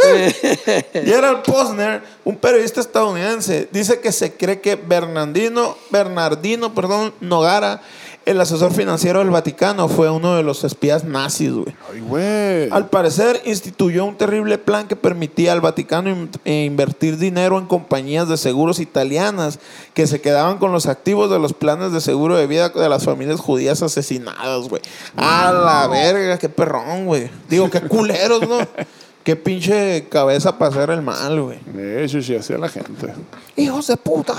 Speaker 3: Gerald Posner, un periodista estadounidense, dice que se cree que Bernardino, Bernardino perdón, Nogara, el asesor financiero del Vaticano, fue uno de los espías nazis, güey.
Speaker 1: Ay, güey.
Speaker 3: Al parecer, instituyó un terrible plan que permitía al Vaticano in- eh, invertir dinero en compañías de seguros italianas que se quedaban con los activos de los planes de seguro de vida de las familias judías asesinadas, güey. A la verga, qué perrón, güey. Digo, qué culeros, ¿no? Qué pinche cabeza para hacer el mal, güey.
Speaker 1: Eso eh, sí, así es la gente.
Speaker 3: Hijos de puta.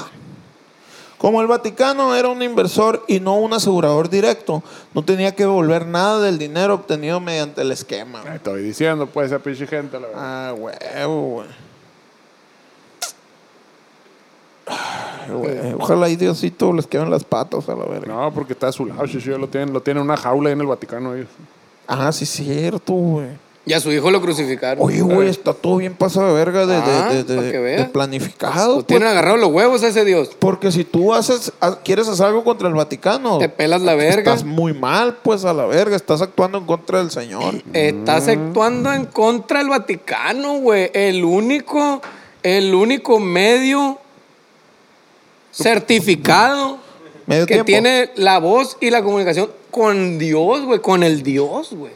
Speaker 3: Como el Vaticano era un inversor y no un asegurador directo, no tenía que devolver nada del dinero obtenido mediante el esquema. güey.
Speaker 1: Ay, Estoy diciendo, pues, esa pinche gente, la verga.
Speaker 3: Ah, huevo, güey. Ay, Ah, güey. Ojalá y Diosito les queden las patas a la verga.
Speaker 1: No, porque está a su lado, sí, sí, lo tienen, lo tienen en una jaula ahí en el Vaticano ellos.
Speaker 3: Ah, sí, cierto, güey.
Speaker 2: Y a su hijo lo crucificaron.
Speaker 3: Oye, güey, está todo bien pasado de verga de, de-
Speaker 2: Ah,
Speaker 3: de- de-
Speaker 2: pa' que
Speaker 3: de
Speaker 2: veas.
Speaker 3: planificado.
Speaker 2: Lo tienen
Speaker 3: pues.
Speaker 2: agarrado los huevos a ese Dios.
Speaker 3: Porque si tú haces, ha- quieres hacer algo contra el Vaticano,
Speaker 2: Te pelas la verga.
Speaker 3: estás muy mal, pues a la verga, estás actuando en contra del Señor.
Speaker 2: Estás
Speaker 3: Mm.
Speaker 2: actuando en contra del Vaticano, güey. El único, el único medio certificado
Speaker 3: Medio
Speaker 2: que
Speaker 3: tiempo.
Speaker 2: tiene la voz y la comunicación con Dios, güey, con el Dios, güey.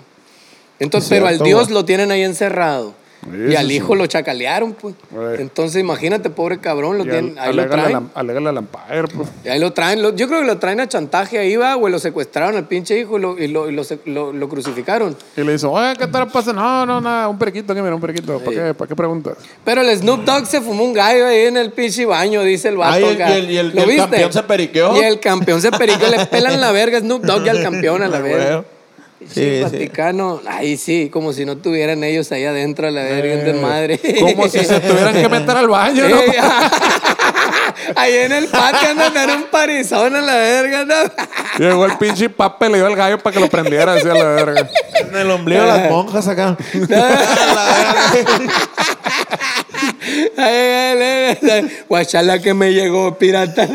Speaker 2: Entonces,
Speaker 3: Es
Speaker 2: pero al
Speaker 3: cierto,
Speaker 2: Dios
Speaker 3: güey.
Speaker 2: lo tienen ahí encerrado.
Speaker 1: Eso
Speaker 2: y al
Speaker 1: sí.
Speaker 2: hijo lo chacalearon, pues.
Speaker 1: Güey.
Speaker 2: Entonces, imagínate, pobre cabrón, lo
Speaker 1: Y
Speaker 2: tienen,
Speaker 1: al-
Speaker 2: ahí lo
Speaker 1: alégale
Speaker 2: traen.
Speaker 1: al- alégale al umpire, pues.
Speaker 2: Y ahí lo traen, lo- yo creo que lo traen a chantaje ahí, va, güey, lo secuestraron al pinche hijo y lo, y lo, y lo sec- lo- lo crucificaron.
Speaker 1: Y le dice, oye, ¿qué tal pasa? No, no, nada, un periquito, que mira, un periquito. ¿Para qué, ¿Para qué preguntas?
Speaker 2: Pero el Snoop Dogg se fumó un gallo ahí en el pinche baño, dice el vato.
Speaker 3: Ay, el-
Speaker 2: acá.
Speaker 3: y el- y el-
Speaker 2: ¿Lo
Speaker 3: y el
Speaker 2: viste?
Speaker 3: campeón se periqueó.
Speaker 2: Y el campeón se periqueó, le pelan la verga a Snoop Dogg y al campeón a la verga.
Speaker 3: Güey.
Speaker 2: Sí,
Speaker 3: Sí, sí.
Speaker 2: Vaticano, ahí sí, como si no tuvieran ellos ahí adentro a la verga en desmadre.
Speaker 1: Eh, Como si se tuvieran que meter al baño, ¿no?
Speaker 2: Ey, Ahí en el patio andan en un parizón a la verga, ¿no?
Speaker 1: Llegó el pinche papel, le dio el gallo para que lo prendiera, así a la verga.
Speaker 3: En el ombligo de las monjas acá.
Speaker 2: Ay, ay, ay, ay. Guachala que me llegó, pirata.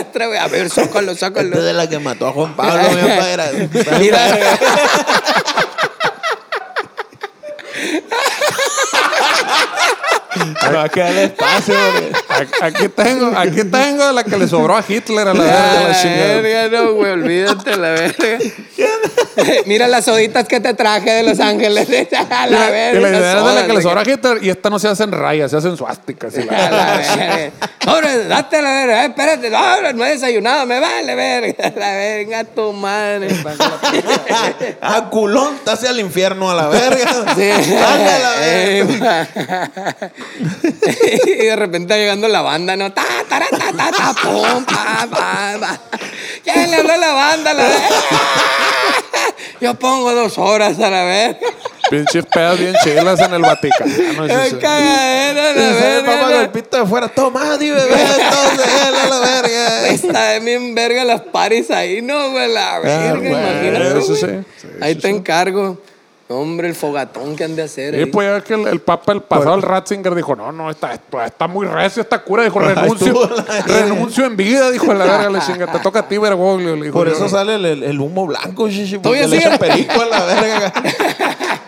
Speaker 2: Otra vez, A ver, sócalo,
Speaker 3: Esta es
Speaker 2: sócalo.
Speaker 3: de la que mató a Juan Pablo, mi papá era.
Speaker 2: Mira.
Speaker 3: Me va a quedar espacio, güey.
Speaker 1: A- Aquí tengo, aquí tengo de la que le sobró a Hitler a la
Speaker 2: Ah,
Speaker 1: verga. la
Speaker 2: la
Speaker 1: chingada.
Speaker 2: verga, no, güey, olvídate la verga. Mira las soditas que te traje de Los Ángeles. A la verga.
Speaker 1: Y la idea es de la
Speaker 2: sodas,
Speaker 1: que le
Speaker 2: güey.
Speaker 1: sobra a Hitler. Y esta no se hacen rayas, se hacen suásticas. y la-
Speaker 2: A la verga. Ahora, date a la verga. eh, Espérate, no, ahora no he desayunado, me vale verga. A La verga, a tu madre.
Speaker 3: Ah, culón, te hace al infierno a la verga.
Speaker 2: Sí.
Speaker 3: Anda a la verga.
Speaker 2: y de repente llegando la banda, ¿no? Ta, ta, ta, ta, ta, ta, pum, pa, pa, pa. ¿Quién le habló a la banda? La verga? Yo pongo dos horas a la verga.
Speaker 1: Pinches pedas bien chilas en el Vaticano. y
Speaker 2: Es
Speaker 1: sí, sí.
Speaker 2: cagadera, la
Speaker 3: Y sale
Speaker 2: verga.
Speaker 3: papá
Speaker 2: ¿no?
Speaker 3: con el pito de fuera. Toma, di bebé, entonces, él a la verga.
Speaker 2: Está de bien verga las paris ahí, ¿no, güey? La verga,
Speaker 3: güey,
Speaker 2: imagínate.
Speaker 1: Ah, eso
Speaker 2: güey.
Speaker 1: sí, sí,
Speaker 2: ahí te encargo. Hombre, el fogatón que han de hacer.
Speaker 1: Y
Speaker 2: ahí.
Speaker 1: pues ya ves que el, el Papa, el pasado,
Speaker 3: Pues,
Speaker 1: el Ratzinger, dijo: No, no, está, está- está muy recio esta cura. Dijo: Renuncio,
Speaker 3: estuvo la-
Speaker 1: renuncio en vida. Dijo: La verga, le chinga, te toca a ti, Bergoglio. le dijo,
Speaker 3: Por
Speaker 1: yo,
Speaker 3: eso sale el, el- el humo blanco, shishi, porque
Speaker 2: Todavía
Speaker 3: le
Speaker 2: sigue.
Speaker 3: echan perico a la verga.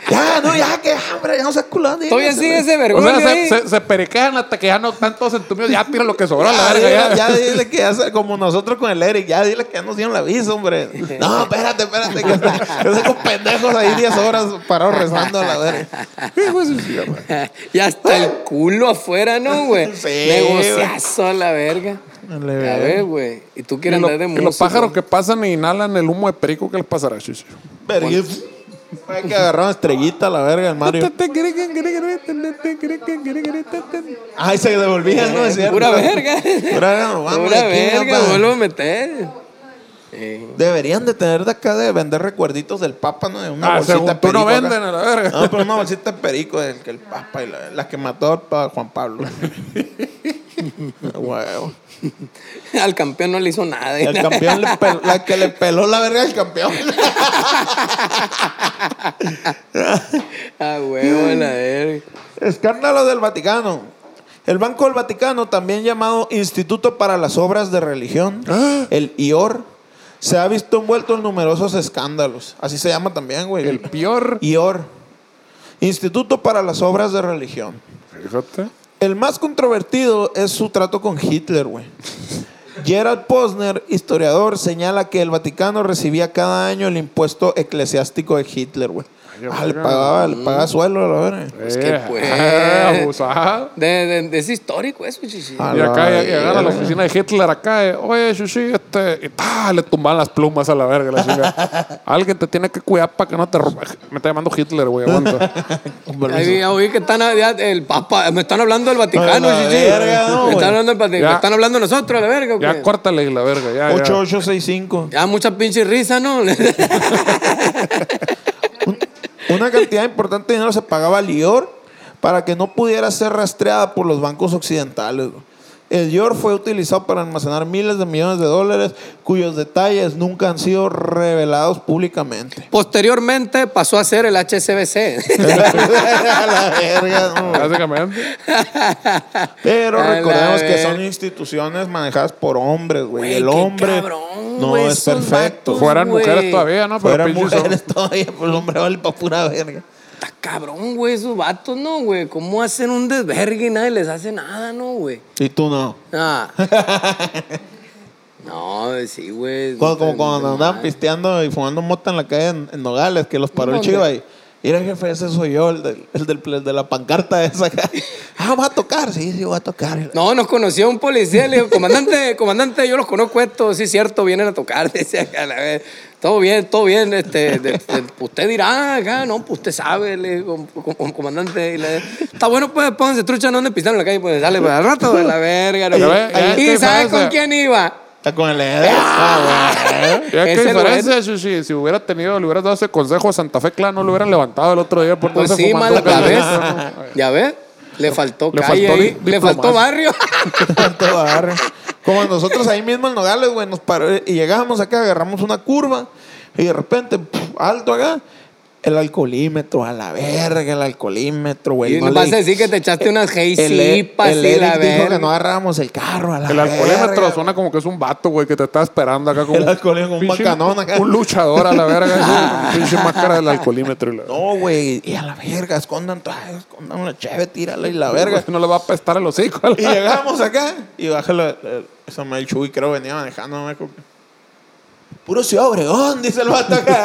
Speaker 3: ya, no, ya, que hambre, ya no seas culón. di,
Speaker 2: Todavía
Speaker 3: que se-
Speaker 2: sigue ese
Speaker 1: O
Speaker 2: vergüenza.
Speaker 1: sea, se,
Speaker 2: ahí.
Speaker 1: se, se periquean hasta que ya no están todos entumidos. Ya tira lo que sobró a la
Speaker 3: Ya,
Speaker 1: verga. Ya,
Speaker 3: dile, ya dile que ya, se- como nosotros con el Eric, ya dile que ya nos dieron la visa, hombre. No, espérate, espérate, que está- que están con pendejos ahí 10 horas parados rezando a la verga.
Speaker 1: Sí, güey, sí, pues. sí, güey.
Speaker 2: y hasta el culo afuera, ¿no, güey?
Speaker 3: Sí,
Speaker 2: Negociazo a la verga. A
Speaker 3: Dale,
Speaker 2: ver, güey. Y tú
Speaker 1: Y,
Speaker 2: quieres
Speaker 1: lo-
Speaker 2: andar de
Speaker 1: y
Speaker 2: músico.
Speaker 1: los pájaros que pasan e inhalan el humo de perico que les pasará, chichi.
Speaker 3: Verga. Fue que agarraron estrellita a la verga el Mario. Ay, se devolvían, ¿no? Es cierto.
Speaker 2: Eh, Pura verga.
Speaker 3: Pura verga, nos vamos
Speaker 2: Pura
Speaker 3: de aquí,
Speaker 2: verga,
Speaker 3: papá.
Speaker 2: vuelvo a meter.
Speaker 3: Deberían de tener de acá de vender recuerditos del Papa, ¿no? De una
Speaker 1: Ah,
Speaker 3: bolsita
Speaker 1: según
Speaker 3: de
Speaker 1: tú no
Speaker 3: perico acá.
Speaker 1: venden, a la verga.
Speaker 3: No, pero una bolsita de perico del que el Papa y la, la que mató al pa- Juan Pablo. Huevo.
Speaker 2: Al campeón no le hizo nada.
Speaker 3: El campeón le pel- la que le peló la verga al campeón.
Speaker 2: A huevo, a Ah, la verga.
Speaker 3: Escándalo del Vaticano. El Banco del Vaticano, también llamado Instituto para las Obras de Religión, el IOR, se ha visto envuelto en numerosos escándalos. Así se llama también, güey.
Speaker 1: El peor.
Speaker 3: IOR. Instituto para las Obras de Religión.
Speaker 1: Fíjate.
Speaker 3: El más controvertido es su trato con Hitler, güey. Gerald Posner, historiador, señala que el Vaticano recibía cada año el impuesto eclesiástico de Hitler, güey. Ah, le pagaba, le pagaba suelo, a la verga.
Speaker 1: Es
Speaker 2: que, pues.
Speaker 1: Eh, ah, abusado.
Speaker 2: De, de- de- es histórico eso, chichi.
Speaker 3: Ah,
Speaker 1: Y acá
Speaker 3: la
Speaker 1: lleg- llegar a la
Speaker 3: verga.
Speaker 1: oficina de Hitler acá, eh, oye, Shushi, este, y ta, le tumban las plumas a la verga. la chingada. Alguien te tiene que cuidar para que no te robe. Me está llamando Hitler, güey, aguanta.
Speaker 2: Ahí vi- oí que están a- ya el Papa, me están hablando del Vaticano,
Speaker 3: A Ah, la
Speaker 2: chichi.
Speaker 3: verga, no,
Speaker 2: me
Speaker 3: güey.
Speaker 2: están hablando del Vaticano,
Speaker 1: Ya.
Speaker 2: están hablando nosotros, a la verga. ¿o qué?
Speaker 1: ya córtale la verga, ya. ya.
Speaker 3: 8865.
Speaker 2: Ya mucha pinche risa, ¿no?
Speaker 3: Una cantidad importante de dinero se pagaba al IOR para que no pudiera ser rastreada por los bancos occidentales. güey. El York fue utilizado para almacenar miles de millones de dólares cuyos detalles nunca han sido revelados públicamente.
Speaker 2: Posteriormente pasó a ser el HCBC.
Speaker 3: A la verga, no.
Speaker 1: Básicamente.
Speaker 3: Pero
Speaker 2: A la
Speaker 3: recordemos que
Speaker 2: ver.
Speaker 3: son instituciones manejadas por hombres, güey.
Speaker 2: Güey,
Speaker 3: El
Speaker 2: qué
Speaker 3: hombre
Speaker 2: cabrón,
Speaker 3: no
Speaker 2: güey,
Speaker 3: es
Speaker 2: esos
Speaker 3: perfecto.
Speaker 2: vatos.
Speaker 3: Fuera-
Speaker 1: Fueran
Speaker 2: Güey.
Speaker 1: mujeres todavía, ¿no? Pero
Speaker 3: Fueran
Speaker 1: pinches son-
Speaker 3: mujeres todavía, pero el hombre vale para pura verga.
Speaker 2: Está cabrón, güey, esos vatos, ¿no, güey? ¿Cómo hacen un desvergue y nadie les hace nada, no, güey?
Speaker 3: Y tú no.
Speaker 2: Ah. no, sí, güey.
Speaker 3: Cuando, como
Speaker 2: Tan-
Speaker 3: cuando
Speaker 2: tan
Speaker 3: andaban
Speaker 2: mal.
Speaker 3: pisteando y fumando mota en la calle en, en Nogales, que los paró el
Speaker 2: ¿Dónde?
Speaker 3: chiva y. Mira, jefe, ese soy yo, el, del, el, del, el de la pancarta esa acá. Ah, va a tocar, sí, sí, va a tocar.
Speaker 2: No, nos conoció un policía, le digo, comandante, comandante, yo los conozco estos, sí, cierto, vienen a tocar, decía acá, a la vez. Todo bien, todo bien, este, de- de- usted dirá, acá, no, pues usted sabe, le digo, com- com- comandante, y le- está bueno, pues pónganse trucha, no le pisaron la calle, pues dale, pues al rato, a la verga, no.
Speaker 1: Ya ve, ya
Speaker 2: ¿Y
Speaker 1: te
Speaker 2: sabe
Speaker 1: pasa.
Speaker 2: con quién iba?
Speaker 3: Está con el Eder. Ah, güey.
Speaker 1: Ya qué
Speaker 2: Ese
Speaker 1: diferencia, Chuchi. Si hubiera tenido, le hubieras dado ese consejo a Santa Fe Clan, no lo hubieran levantado el otro día por
Speaker 2: Pues
Speaker 1: andarse
Speaker 2: sí,
Speaker 1: fumando
Speaker 2: mala
Speaker 1: un
Speaker 2: cabeza.
Speaker 1: cabrito, ¿no?
Speaker 2: Ya ves, le faltó
Speaker 1: Le
Speaker 2: calle
Speaker 1: faltó
Speaker 2: ahí,
Speaker 1: di-
Speaker 2: le faltó
Speaker 1: diplomacia.
Speaker 2: barrio.
Speaker 3: Tanto barrio. Como nosotros ahí mismo en Nogales, güey, nos paró y llegábamos acá, agarramos una curva y de repente, puf, alto acá, el alcoholímetro, a la verga, el alcoholímetro, güey.
Speaker 2: Y
Speaker 3: no le
Speaker 2: vas a
Speaker 3: dije-
Speaker 2: decir que te echaste unas
Speaker 3: el, E,
Speaker 2: jaycipas
Speaker 3: el
Speaker 2: y
Speaker 3: Eric
Speaker 2: la
Speaker 3: dijo que no
Speaker 2: verga.
Speaker 3: agarrábamos el carro, a la
Speaker 1: El
Speaker 3: verga,
Speaker 1: alcoholímetro
Speaker 3: güey.
Speaker 1: suena como que es un vato, güey, que te está esperando acá como
Speaker 3: El alcoholímetro, un
Speaker 1: pinche-
Speaker 3: bacanón acá.
Speaker 1: Un luchador a la verga. ¿no? Con pinche máscara del alcoholímetro. y la-
Speaker 3: No, güey, y a la verga, escondan, todo, ay, escondan la cheve, tírala y la verga.
Speaker 1: No le va a apestar el hocico. a la-
Speaker 3: Y llegamos acá y baja la, la- esa madre, el Chuy, creo venía manejando, no me acuerdo. Puro Ciudad Obregón, dice el vato acá.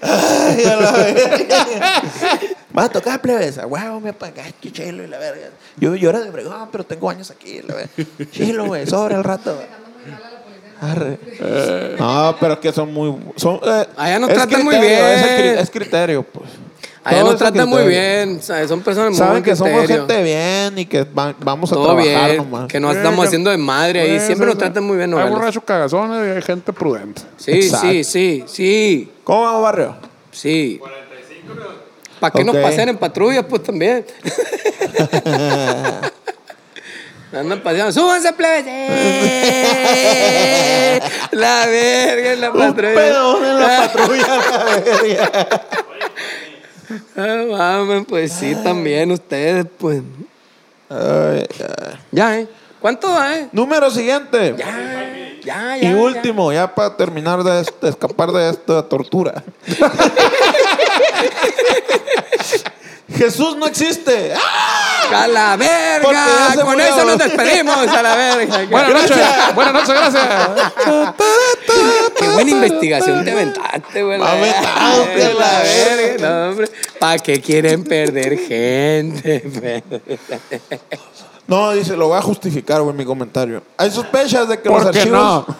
Speaker 3: Ay, a la verga. Va a tocar plebesa, huevo, me apagaste, chelo y la verga. Yo, yo era de Obregón, pero tengo años aquí, la verga. Chilo, güey, sobre el rato. Arre. No, pero es que son muy. Son, eh,
Speaker 2: Eh, Allá nos
Speaker 3: es
Speaker 2: tratan muy
Speaker 3: criterio,
Speaker 2: bien.
Speaker 3: Es, el cri- es criterio, pues.
Speaker 2: Allá
Speaker 3: Todo
Speaker 2: nos
Speaker 3: es el
Speaker 2: tratan muy
Speaker 3: criterio.
Speaker 2: bien, o sea, son personas muy
Speaker 3: Saben que somos
Speaker 2: criterio.
Speaker 3: gente bien y que va- vamos a
Speaker 2: Todo
Speaker 3: trabajar
Speaker 2: bien,
Speaker 3: nomás.
Speaker 2: que nos
Speaker 1: Sí,
Speaker 2: estamos
Speaker 1: que-
Speaker 2: haciendo de madre ahí.
Speaker 1: Sí,
Speaker 2: Siempre
Speaker 1: sí,
Speaker 2: nos
Speaker 1: sí.
Speaker 2: tratan muy bien,
Speaker 1: Hay
Speaker 2: Nogales.
Speaker 1: borrachos cagazones y hay gente prudente.
Speaker 2: Sí, sí,
Speaker 3: Exacto.
Speaker 2: sí, sí,
Speaker 3: ¿Cómo vamos, barrio?
Speaker 2: sí. ¿Para qué nos
Speaker 3: Ok.
Speaker 2: pasean en patrullas? Pues también. Andan paseando. ¡Súbanse, plebes! ¡Eh! La verga en la
Speaker 3: Un
Speaker 2: patrulla.
Speaker 3: pedo en la patrulla. la verga.
Speaker 2: Ah, mames, pues sí, también ustedes, pues.
Speaker 3: Ay, ay.
Speaker 2: Ya, ¿eh? ¿Cuánto va, eh?
Speaker 3: Número siguiente.
Speaker 2: Ya, ya, ya.
Speaker 3: Y
Speaker 2: ya.
Speaker 3: último, ya para terminar de, este- escapar de esta tortura. Jesús no existe. ¡Ah!
Speaker 2: ¡A la
Speaker 3: Porque ya
Speaker 2: verga!
Speaker 3: se
Speaker 2: Con
Speaker 3: murió.
Speaker 2: eso nos despedimos, a la verga.
Speaker 1: Buenas noches. Buenas noches, gracias.
Speaker 2: Qué buena investigación te aventaste, güey.
Speaker 3: Me aventaste,
Speaker 2: Ay,
Speaker 3: la verga.
Speaker 2: No, hombre. ¿Para qué quieren perder gente? güey?
Speaker 3: No, dice, lo voy a justificar, güey, mi comentario. Hay sospechas de que los
Speaker 1: ¿Por qué
Speaker 3: archivos.
Speaker 1: no?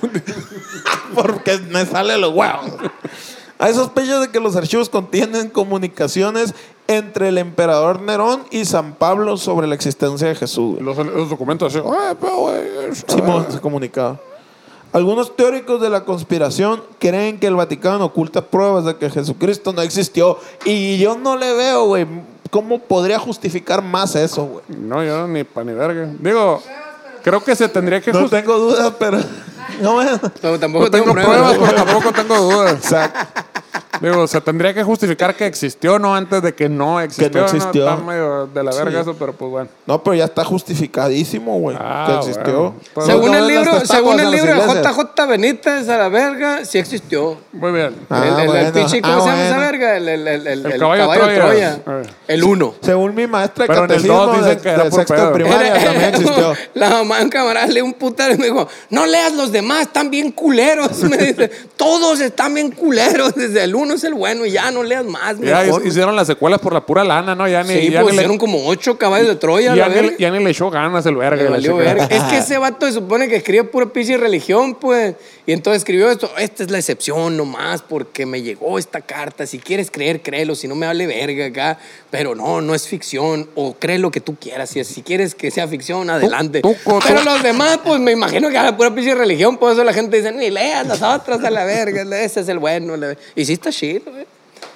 Speaker 3: Porque me sale los huevos. Hay sospechas de que los archivos contienen comunicaciones entre el emperador Nerón y San Pablo sobre la existencia de Jesús. güey.
Speaker 1: Los, los documentos así. "Ay, pero, güey, es-
Speaker 3: Simón se comunicaba. Algunos teóricos de la conspiración creen que el Vaticano oculta pruebas de que Jesucristo no existió. Y yo no le veo, güey, cómo podría justificar más eso, güey.
Speaker 1: No, yo ni pa' ni verga. Digo, creo que se tendría que
Speaker 3: No
Speaker 1: justificar.
Speaker 3: tengo dudas, pero... No, bueno.
Speaker 2: No, tampoco
Speaker 1: No tengo, pruebas, pero tampoco tengo dudas.
Speaker 3: Exacto.
Speaker 1: Digo, se tendría que justificar que existió, ¿no? Antes de que no existió.
Speaker 3: existió.
Speaker 1: Está medio de la verga eso, pero pues bueno.
Speaker 3: No, pero ya está justificadísimo, güey,
Speaker 1: Ah,
Speaker 3: que existió.
Speaker 1: bueno. Pues-
Speaker 2: Según
Speaker 3: No
Speaker 2: el
Speaker 3: ves las
Speaker 2: libro,
Speaker 3: estatuas
Speaker 2: según
Speaker 3: en
Speaker 2: el
Speaker 3: las
Speaker 2: libro de
Speaker 3: iglesias.
Speaker 2: JJ Benítez, a la verga, sí existió.
Speaker 1: Muy bien.
Speaker 3: Ah,
Speaker 2: el, el,
Speaker 3: bueno.
Speaker 2: el pinche, ¿cómo
Speaker 3: Ah,
Speaker 2: se llama esa
Speaker 3: bueno.
Speaker 2: verga? El, el, el, el,
Speaker 1: El
Speaker 2: el
Speaker 1: caballo
Speaker 2: caballo,
Speaker 1: Troya.
Speaker 2: Troya.
Speaker 1: Ah.
Speaker 2: El uno.
Speaker 3: Según mi maestra de
Speaker 1: Pero en el
Speaker 3: catecismo
Speaker 1: dos dicen
Speaker 3: de-
Speaker 1: que era
Speaker 3: de
Speaker 1: puro
Speaker 3: sexto de
Speaker 1: pedo.
Speaker 3: primaria
Speaker 2: Era-
Speaker 3: también existió.
Speaker 2: La mamá de un camarada le dio un putero y me dijo, no leas los demás, están bien culeros. Me dice, todos están bien culeros, desde el uno es el bueno y ya no leas más,
Speaker 1: Ya
Speaker 2: mejor".
Speaker 1: hi- hicieron las secuelas por la pura lana, ¿no? Ya ni,
Speaker 2: Sí,
Speaker 1: ya
Speaker 2: pues
Speaker 1: ni le,
Speaker 2: hicieron como ocho caballos de Troya,
Speaker 1: ya
Speaker 2: la
Speaker 1: ni-
Speaker 2: verga.
Speaker 1: ya ni le echó ganas el verga.
Speaker 2: Le
Speaker 1: la
Speaker 2: valió
Speaker 1: chingada.
Speaker 2: verga. Es que ese vato se supone que escribe pura pinche religión, pues. Y entonces escribió esto. Esta es la excepción nomás porque me llegó esta carta. Si quieres creer, créelo. Si no, me vale verga acá. Pero no, no es ficción. O cree lo que tú quieras. Si, si quieres que sea ficción, adelante.
Speaker 1: tú, co-
Speaker 2: Pero
Speaker 1: tú-
Speaker 2: los demás, pues me imagino que era pura pinche religión. Por eso la gente dice, ni leas las otras a la verga. Ese es el bueno. la verga". Y sí está chido, güey.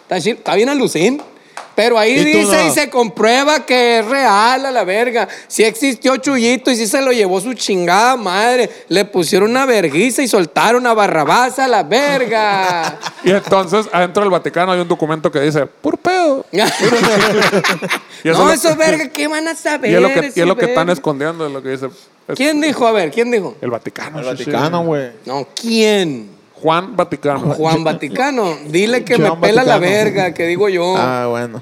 Speaker 2: Está chido. Está bien alucín. Pero ahí
Speaker 3: Y tú
Speaker 2: dice
Speaker 3: no.
Speaker 2: y se comprueba que es real a la verga. Si existió Chuyito y si se lo llevó su chingada madre. Le pusieron una verguiza y soltaron a Barrabás a la verga.
Speaker 1: Y entonces, adentro del Vaticano hay un documento que dice, por pedo. Y eso
Speaker 2: no,
Speaker 1: es lo-
Speaker 2: esos verga, ¿qué van a saber?
Speaker 1: Y es lo que, y es lo que
Speaker 2: esos
Speaker 1: están
Speaker 2: verga?
Speaker 1: escondiendo, es lo que dice es
Speaker 2: ¿Quién dijo? A ver, ¿quién dijo?
Speaker 1: el Vaticano. sí, sí.
Speaker 3: Vaticano, güey.
Speaker 2: No, ¿quién?
Speaker 1: Juan Vaticano.
Speaker 2: Juan Vaticano. Dile que
Speaker 3: Juan
Speaker 2: me pela la
Speaker 3: Vaticano.
Speaker 2: verga, que digo yo.
Speaker 3: Ah, bueno.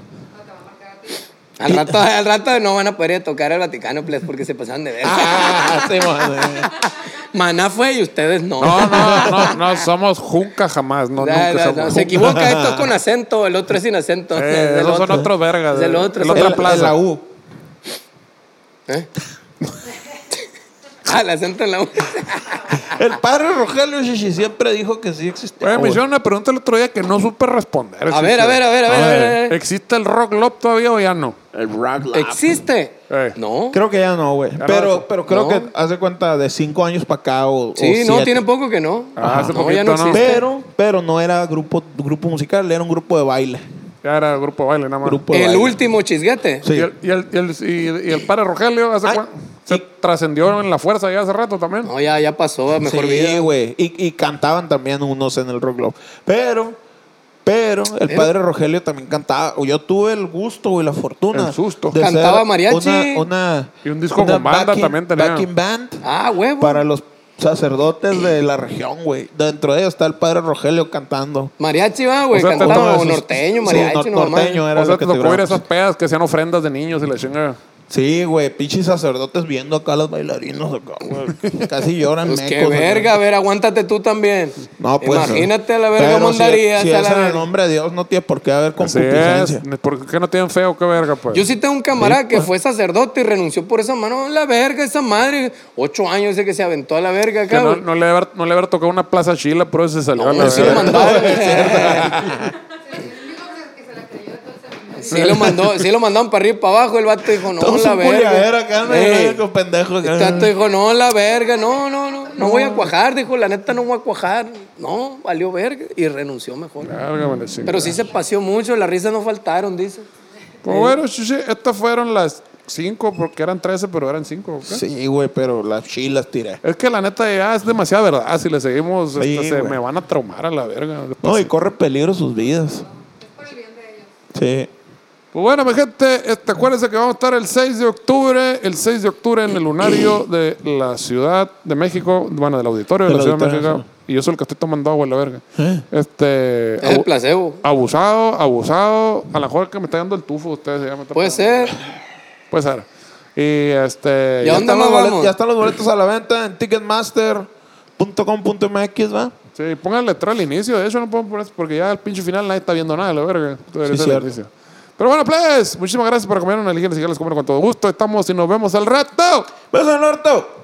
Speaker 2: Al rato, al rato no van a poder ir a tocar al Vaticano, please, porque se pasaban de verga.
Speaker 3: Ah, sí, bueno.
Speaker 2: Maná fue y ustedes no.
Speaker 1: No, no, no, no, somos Junca jamás. No, nunca
Speaker 2: Da, da,
Speaker 1: somos
Speaker 2: da.
Speaker 1: junca.
Speaker 2: Se equivoca, esto es con acento, el otro es sin acento.
Speaker 1: Eh,
Speaker 2: Del
Speaker 1: esos son
Speaker 2: otro.
Speaker 1: otros vergas. eh,
Speaker 2: Es del otro,
Speaker 1: El
Speaker 2: sí.
Speaker 1: otra
Speaker 3: El-
Speaker 1: plaza.
Speaker 3: el la U.
Speaker 2: ¿Eh? Ah, el acento en la U.
Speaker 3: El padre Rogelio Shishi siempre dijo que sí existía.
Speaker 1: Oye, me
Speaker 3: güey.
Speaker 1: hicieron una pregunta el otro día que no supe responder.
Speaker 2: A ver, a ver, a ver, a ver. a ver, a ver.
Speaker 1: ¿Existe el rock lob todavía o ya no?
Speaker 3: El rock Lab.
Speaker 2: ¿Existe?
Speaker 1: Eh.
Speaker 2: No.
Speaker 3: Creo que ya no, güey.
Speaker 1: Ya no hace-
Speaker 3: Pero, pero creo
Speaker 2: no.
Speaker 3: que hace cuenta de cinco años para acá o, o
Speaker 2: Sí, no,
Speaker 3: siete.
Speaker 2: tiene poco que no.
Speaker 1: Ah, hace
Speaker 2: no, ya no
Speaker 1: poquito, ¿no?
Speaker 2: existe.
Speaker 3: Pero, pero no era grupo, grupo musical, era un grupo de baile.
Speaker 1: Ya era grupo de baile nada más.
Speaker 3: Grupo de
Speaker 2: El
Speaker 3: baile.
Speaker 2: último chisguete.
Speaker 3: Sí.
Speaker 1: Y el, y el, y el, y- y el padre Rogelio hace
Speaker 3: Ay,
Speaker 1: cuan- se trascendió en la fuerza ya hace rato también.
Speaker 2: Ah, No, ya, ya pasó a mejor
Speaker 3: Sí,
Speaker 2: vida.
Speaker 3: güey. Y, y cantaban también unos en el Rock Club. Pero, pero, el padre Rogelio también cantaba. Yo tuve el gusto y la fortuna.
Speaker 1: El susto.
Speaker 3: de
Speaker 2: Cantaba
Speaker 3: ser
Speaker 2: mariachi.
Speaker 3: Una, una-
Speaker 1: Y un disco
Speaker 3: una
Speaker 1: con banda
Speaker 3: backing-
Speaker 1: también tenía.
Speaker 3: backing band.
Speaker 2: Ah, huevo.
Speaker 3: para los sacerdotes de la región, güey. Dentro de ellos está el padre Rogelio cantando.
Speaker 2: Mariachi va, güey.
Speaker 1: O sea, te-
Speaker 2: cantaba
Speaker 3: Uno de
Speaker 2: o
Speaker 3: sus-
Speaker 2: norteño,
Speaker 3: sí,
Speaker 2: mariachi,
Speaker 3: nor-
Speaker 2: normal.
Speaker 3: norteño era
Speaker 1: o sea,
Speaker 3: lo que
Speaker 1: te tocó ir a
Speaker 3: tuvimos.
Speaker 1: esas pedas que hacían ofrendas de niños y la chinga.
Speaker 3: Sí, güey, pinches sacerdotes viendo acá a los bailarinos acá, güey. Casi lloran
Speaker 2: Pues qué
Speaker 3: mecos, acá.
Speaker 2: verga, a ver, aguántate tú también.
Speaker 3: No, pues.
Speaker 2: Imagínate a la verga
Speaker 3: pero
Speaker 2: cómo
Speaker 3: si-
Speaker 2: andarías.
Speaker 3: Si,
Speaker 2: a
Speaker 3: es
Speaker 2: la
Speaker 3: en el
Speaker 2: verga.
Speaker 3: nombre de Dios, no tiene por qué
Speaker 1: Así
Speaker 3: haber
Speaker 1: es.
Speaker 3: concupiscencia.
Speaker 1: ¿Por qué no tienen feo? ¿Qué verga, pues?
Speaker 2: Yo sí tengo un camarada que fue sacerdote y renunció por esa mano. La verga, esa madre. Ocho años ese que se aventó a la verga
Speaker 1: que
Speaker 2: acá.
Speaker 1: no,
Speaker 2: güey.
Speaker 1: no le haber, no le haber tocado una plaza chila, pero se salió a la
Speaker 2: No, sí lo
Speaker 1: verga.
Speaker 2: mandó. Sí lo mandó, sí lo mandaron para arriba y para abajo. El vato dijo, no,
Speaker 3: Todo
Speaker 2: la
Speaker 3: un culiadero
Speaker 2: verga.
Speaker 3: acá, no
Speaker 2: Ey.
Speaker 3: con pendejo
Speaker 2: El
Speaker 3: acá.
Speaker 2: tato dijo, no, la verga, no, no, no, no voy a cuajar, dijo, la neta no voy a cuajar. No, valió verga y renunció mejor.
Speaker 1: Verga, me la chinga.
Speaker 2: Pero sí se paseó mucho, las risas no faltaron, dice.
Speaker 1: Pues bueno, sí, sí, estas fueron las 5, porque eran 13, pero eran 5.
Speaker 3: Sí, güey, pero las chilas tiré.
Speaker 1: Es que la neta ya es demasiada verdad. Ah, Si le seguimos,
Speaker 3: Sí,
Speaker 1: este, se
Speaker 3: güey.
Speaker 1: me van a traumar a la verga. Pues,
Speaker 3: No, y corre peligro sus vidas. Sí.
Speaker 1: Pues bueno, mi gente, este, acuérdense que vamos a estar el 6 de octubre, el 6 de octubre en el lunario de la Ciudad de México, bueno, del auditorio de
Speaker 3: Del
Speaker 1: la Ciudad de
Speaker 3: auditorio, ¿Eh?
Speaker 1: México. Y yo soy el que estoy tomando agua, la verga. Este,
Speaker 2: Es el
Speaker 1: abu-
Speaker 2: placebo.
Speaker 1: abusado, abusado. A lo mejor que me está dando el tufo, ustedes ya me están
Speaker 2: Puede ser.
Speaker 1: Puede ser. Y este.
Speaker 2: Ya
Speaker 3: Ya
Speaker 2: ¿Dónde más
Speaker 3: están, los boletos,
Speaker 2: vamos?
Speaker 3: ya están los boletos a la venta en ticketmaster.com.mx, ¿va?
Speaker 1: Sí, pónganle letra al inicio. De hecho, no podemos poner porque ya al pinche final nadie está viendo nada, la verga. Debería ser
Speaker 3: Sí,
Speaker 1: el
Speaker 3: cierto.
Speaker 1: inicio. Pero bueno, pues, plebes, muchísimas gracias por acompañarnos en el y les con todo gusto. Estamos y nos vemos al rato.
Speaker 3: ¡Beso en el orto!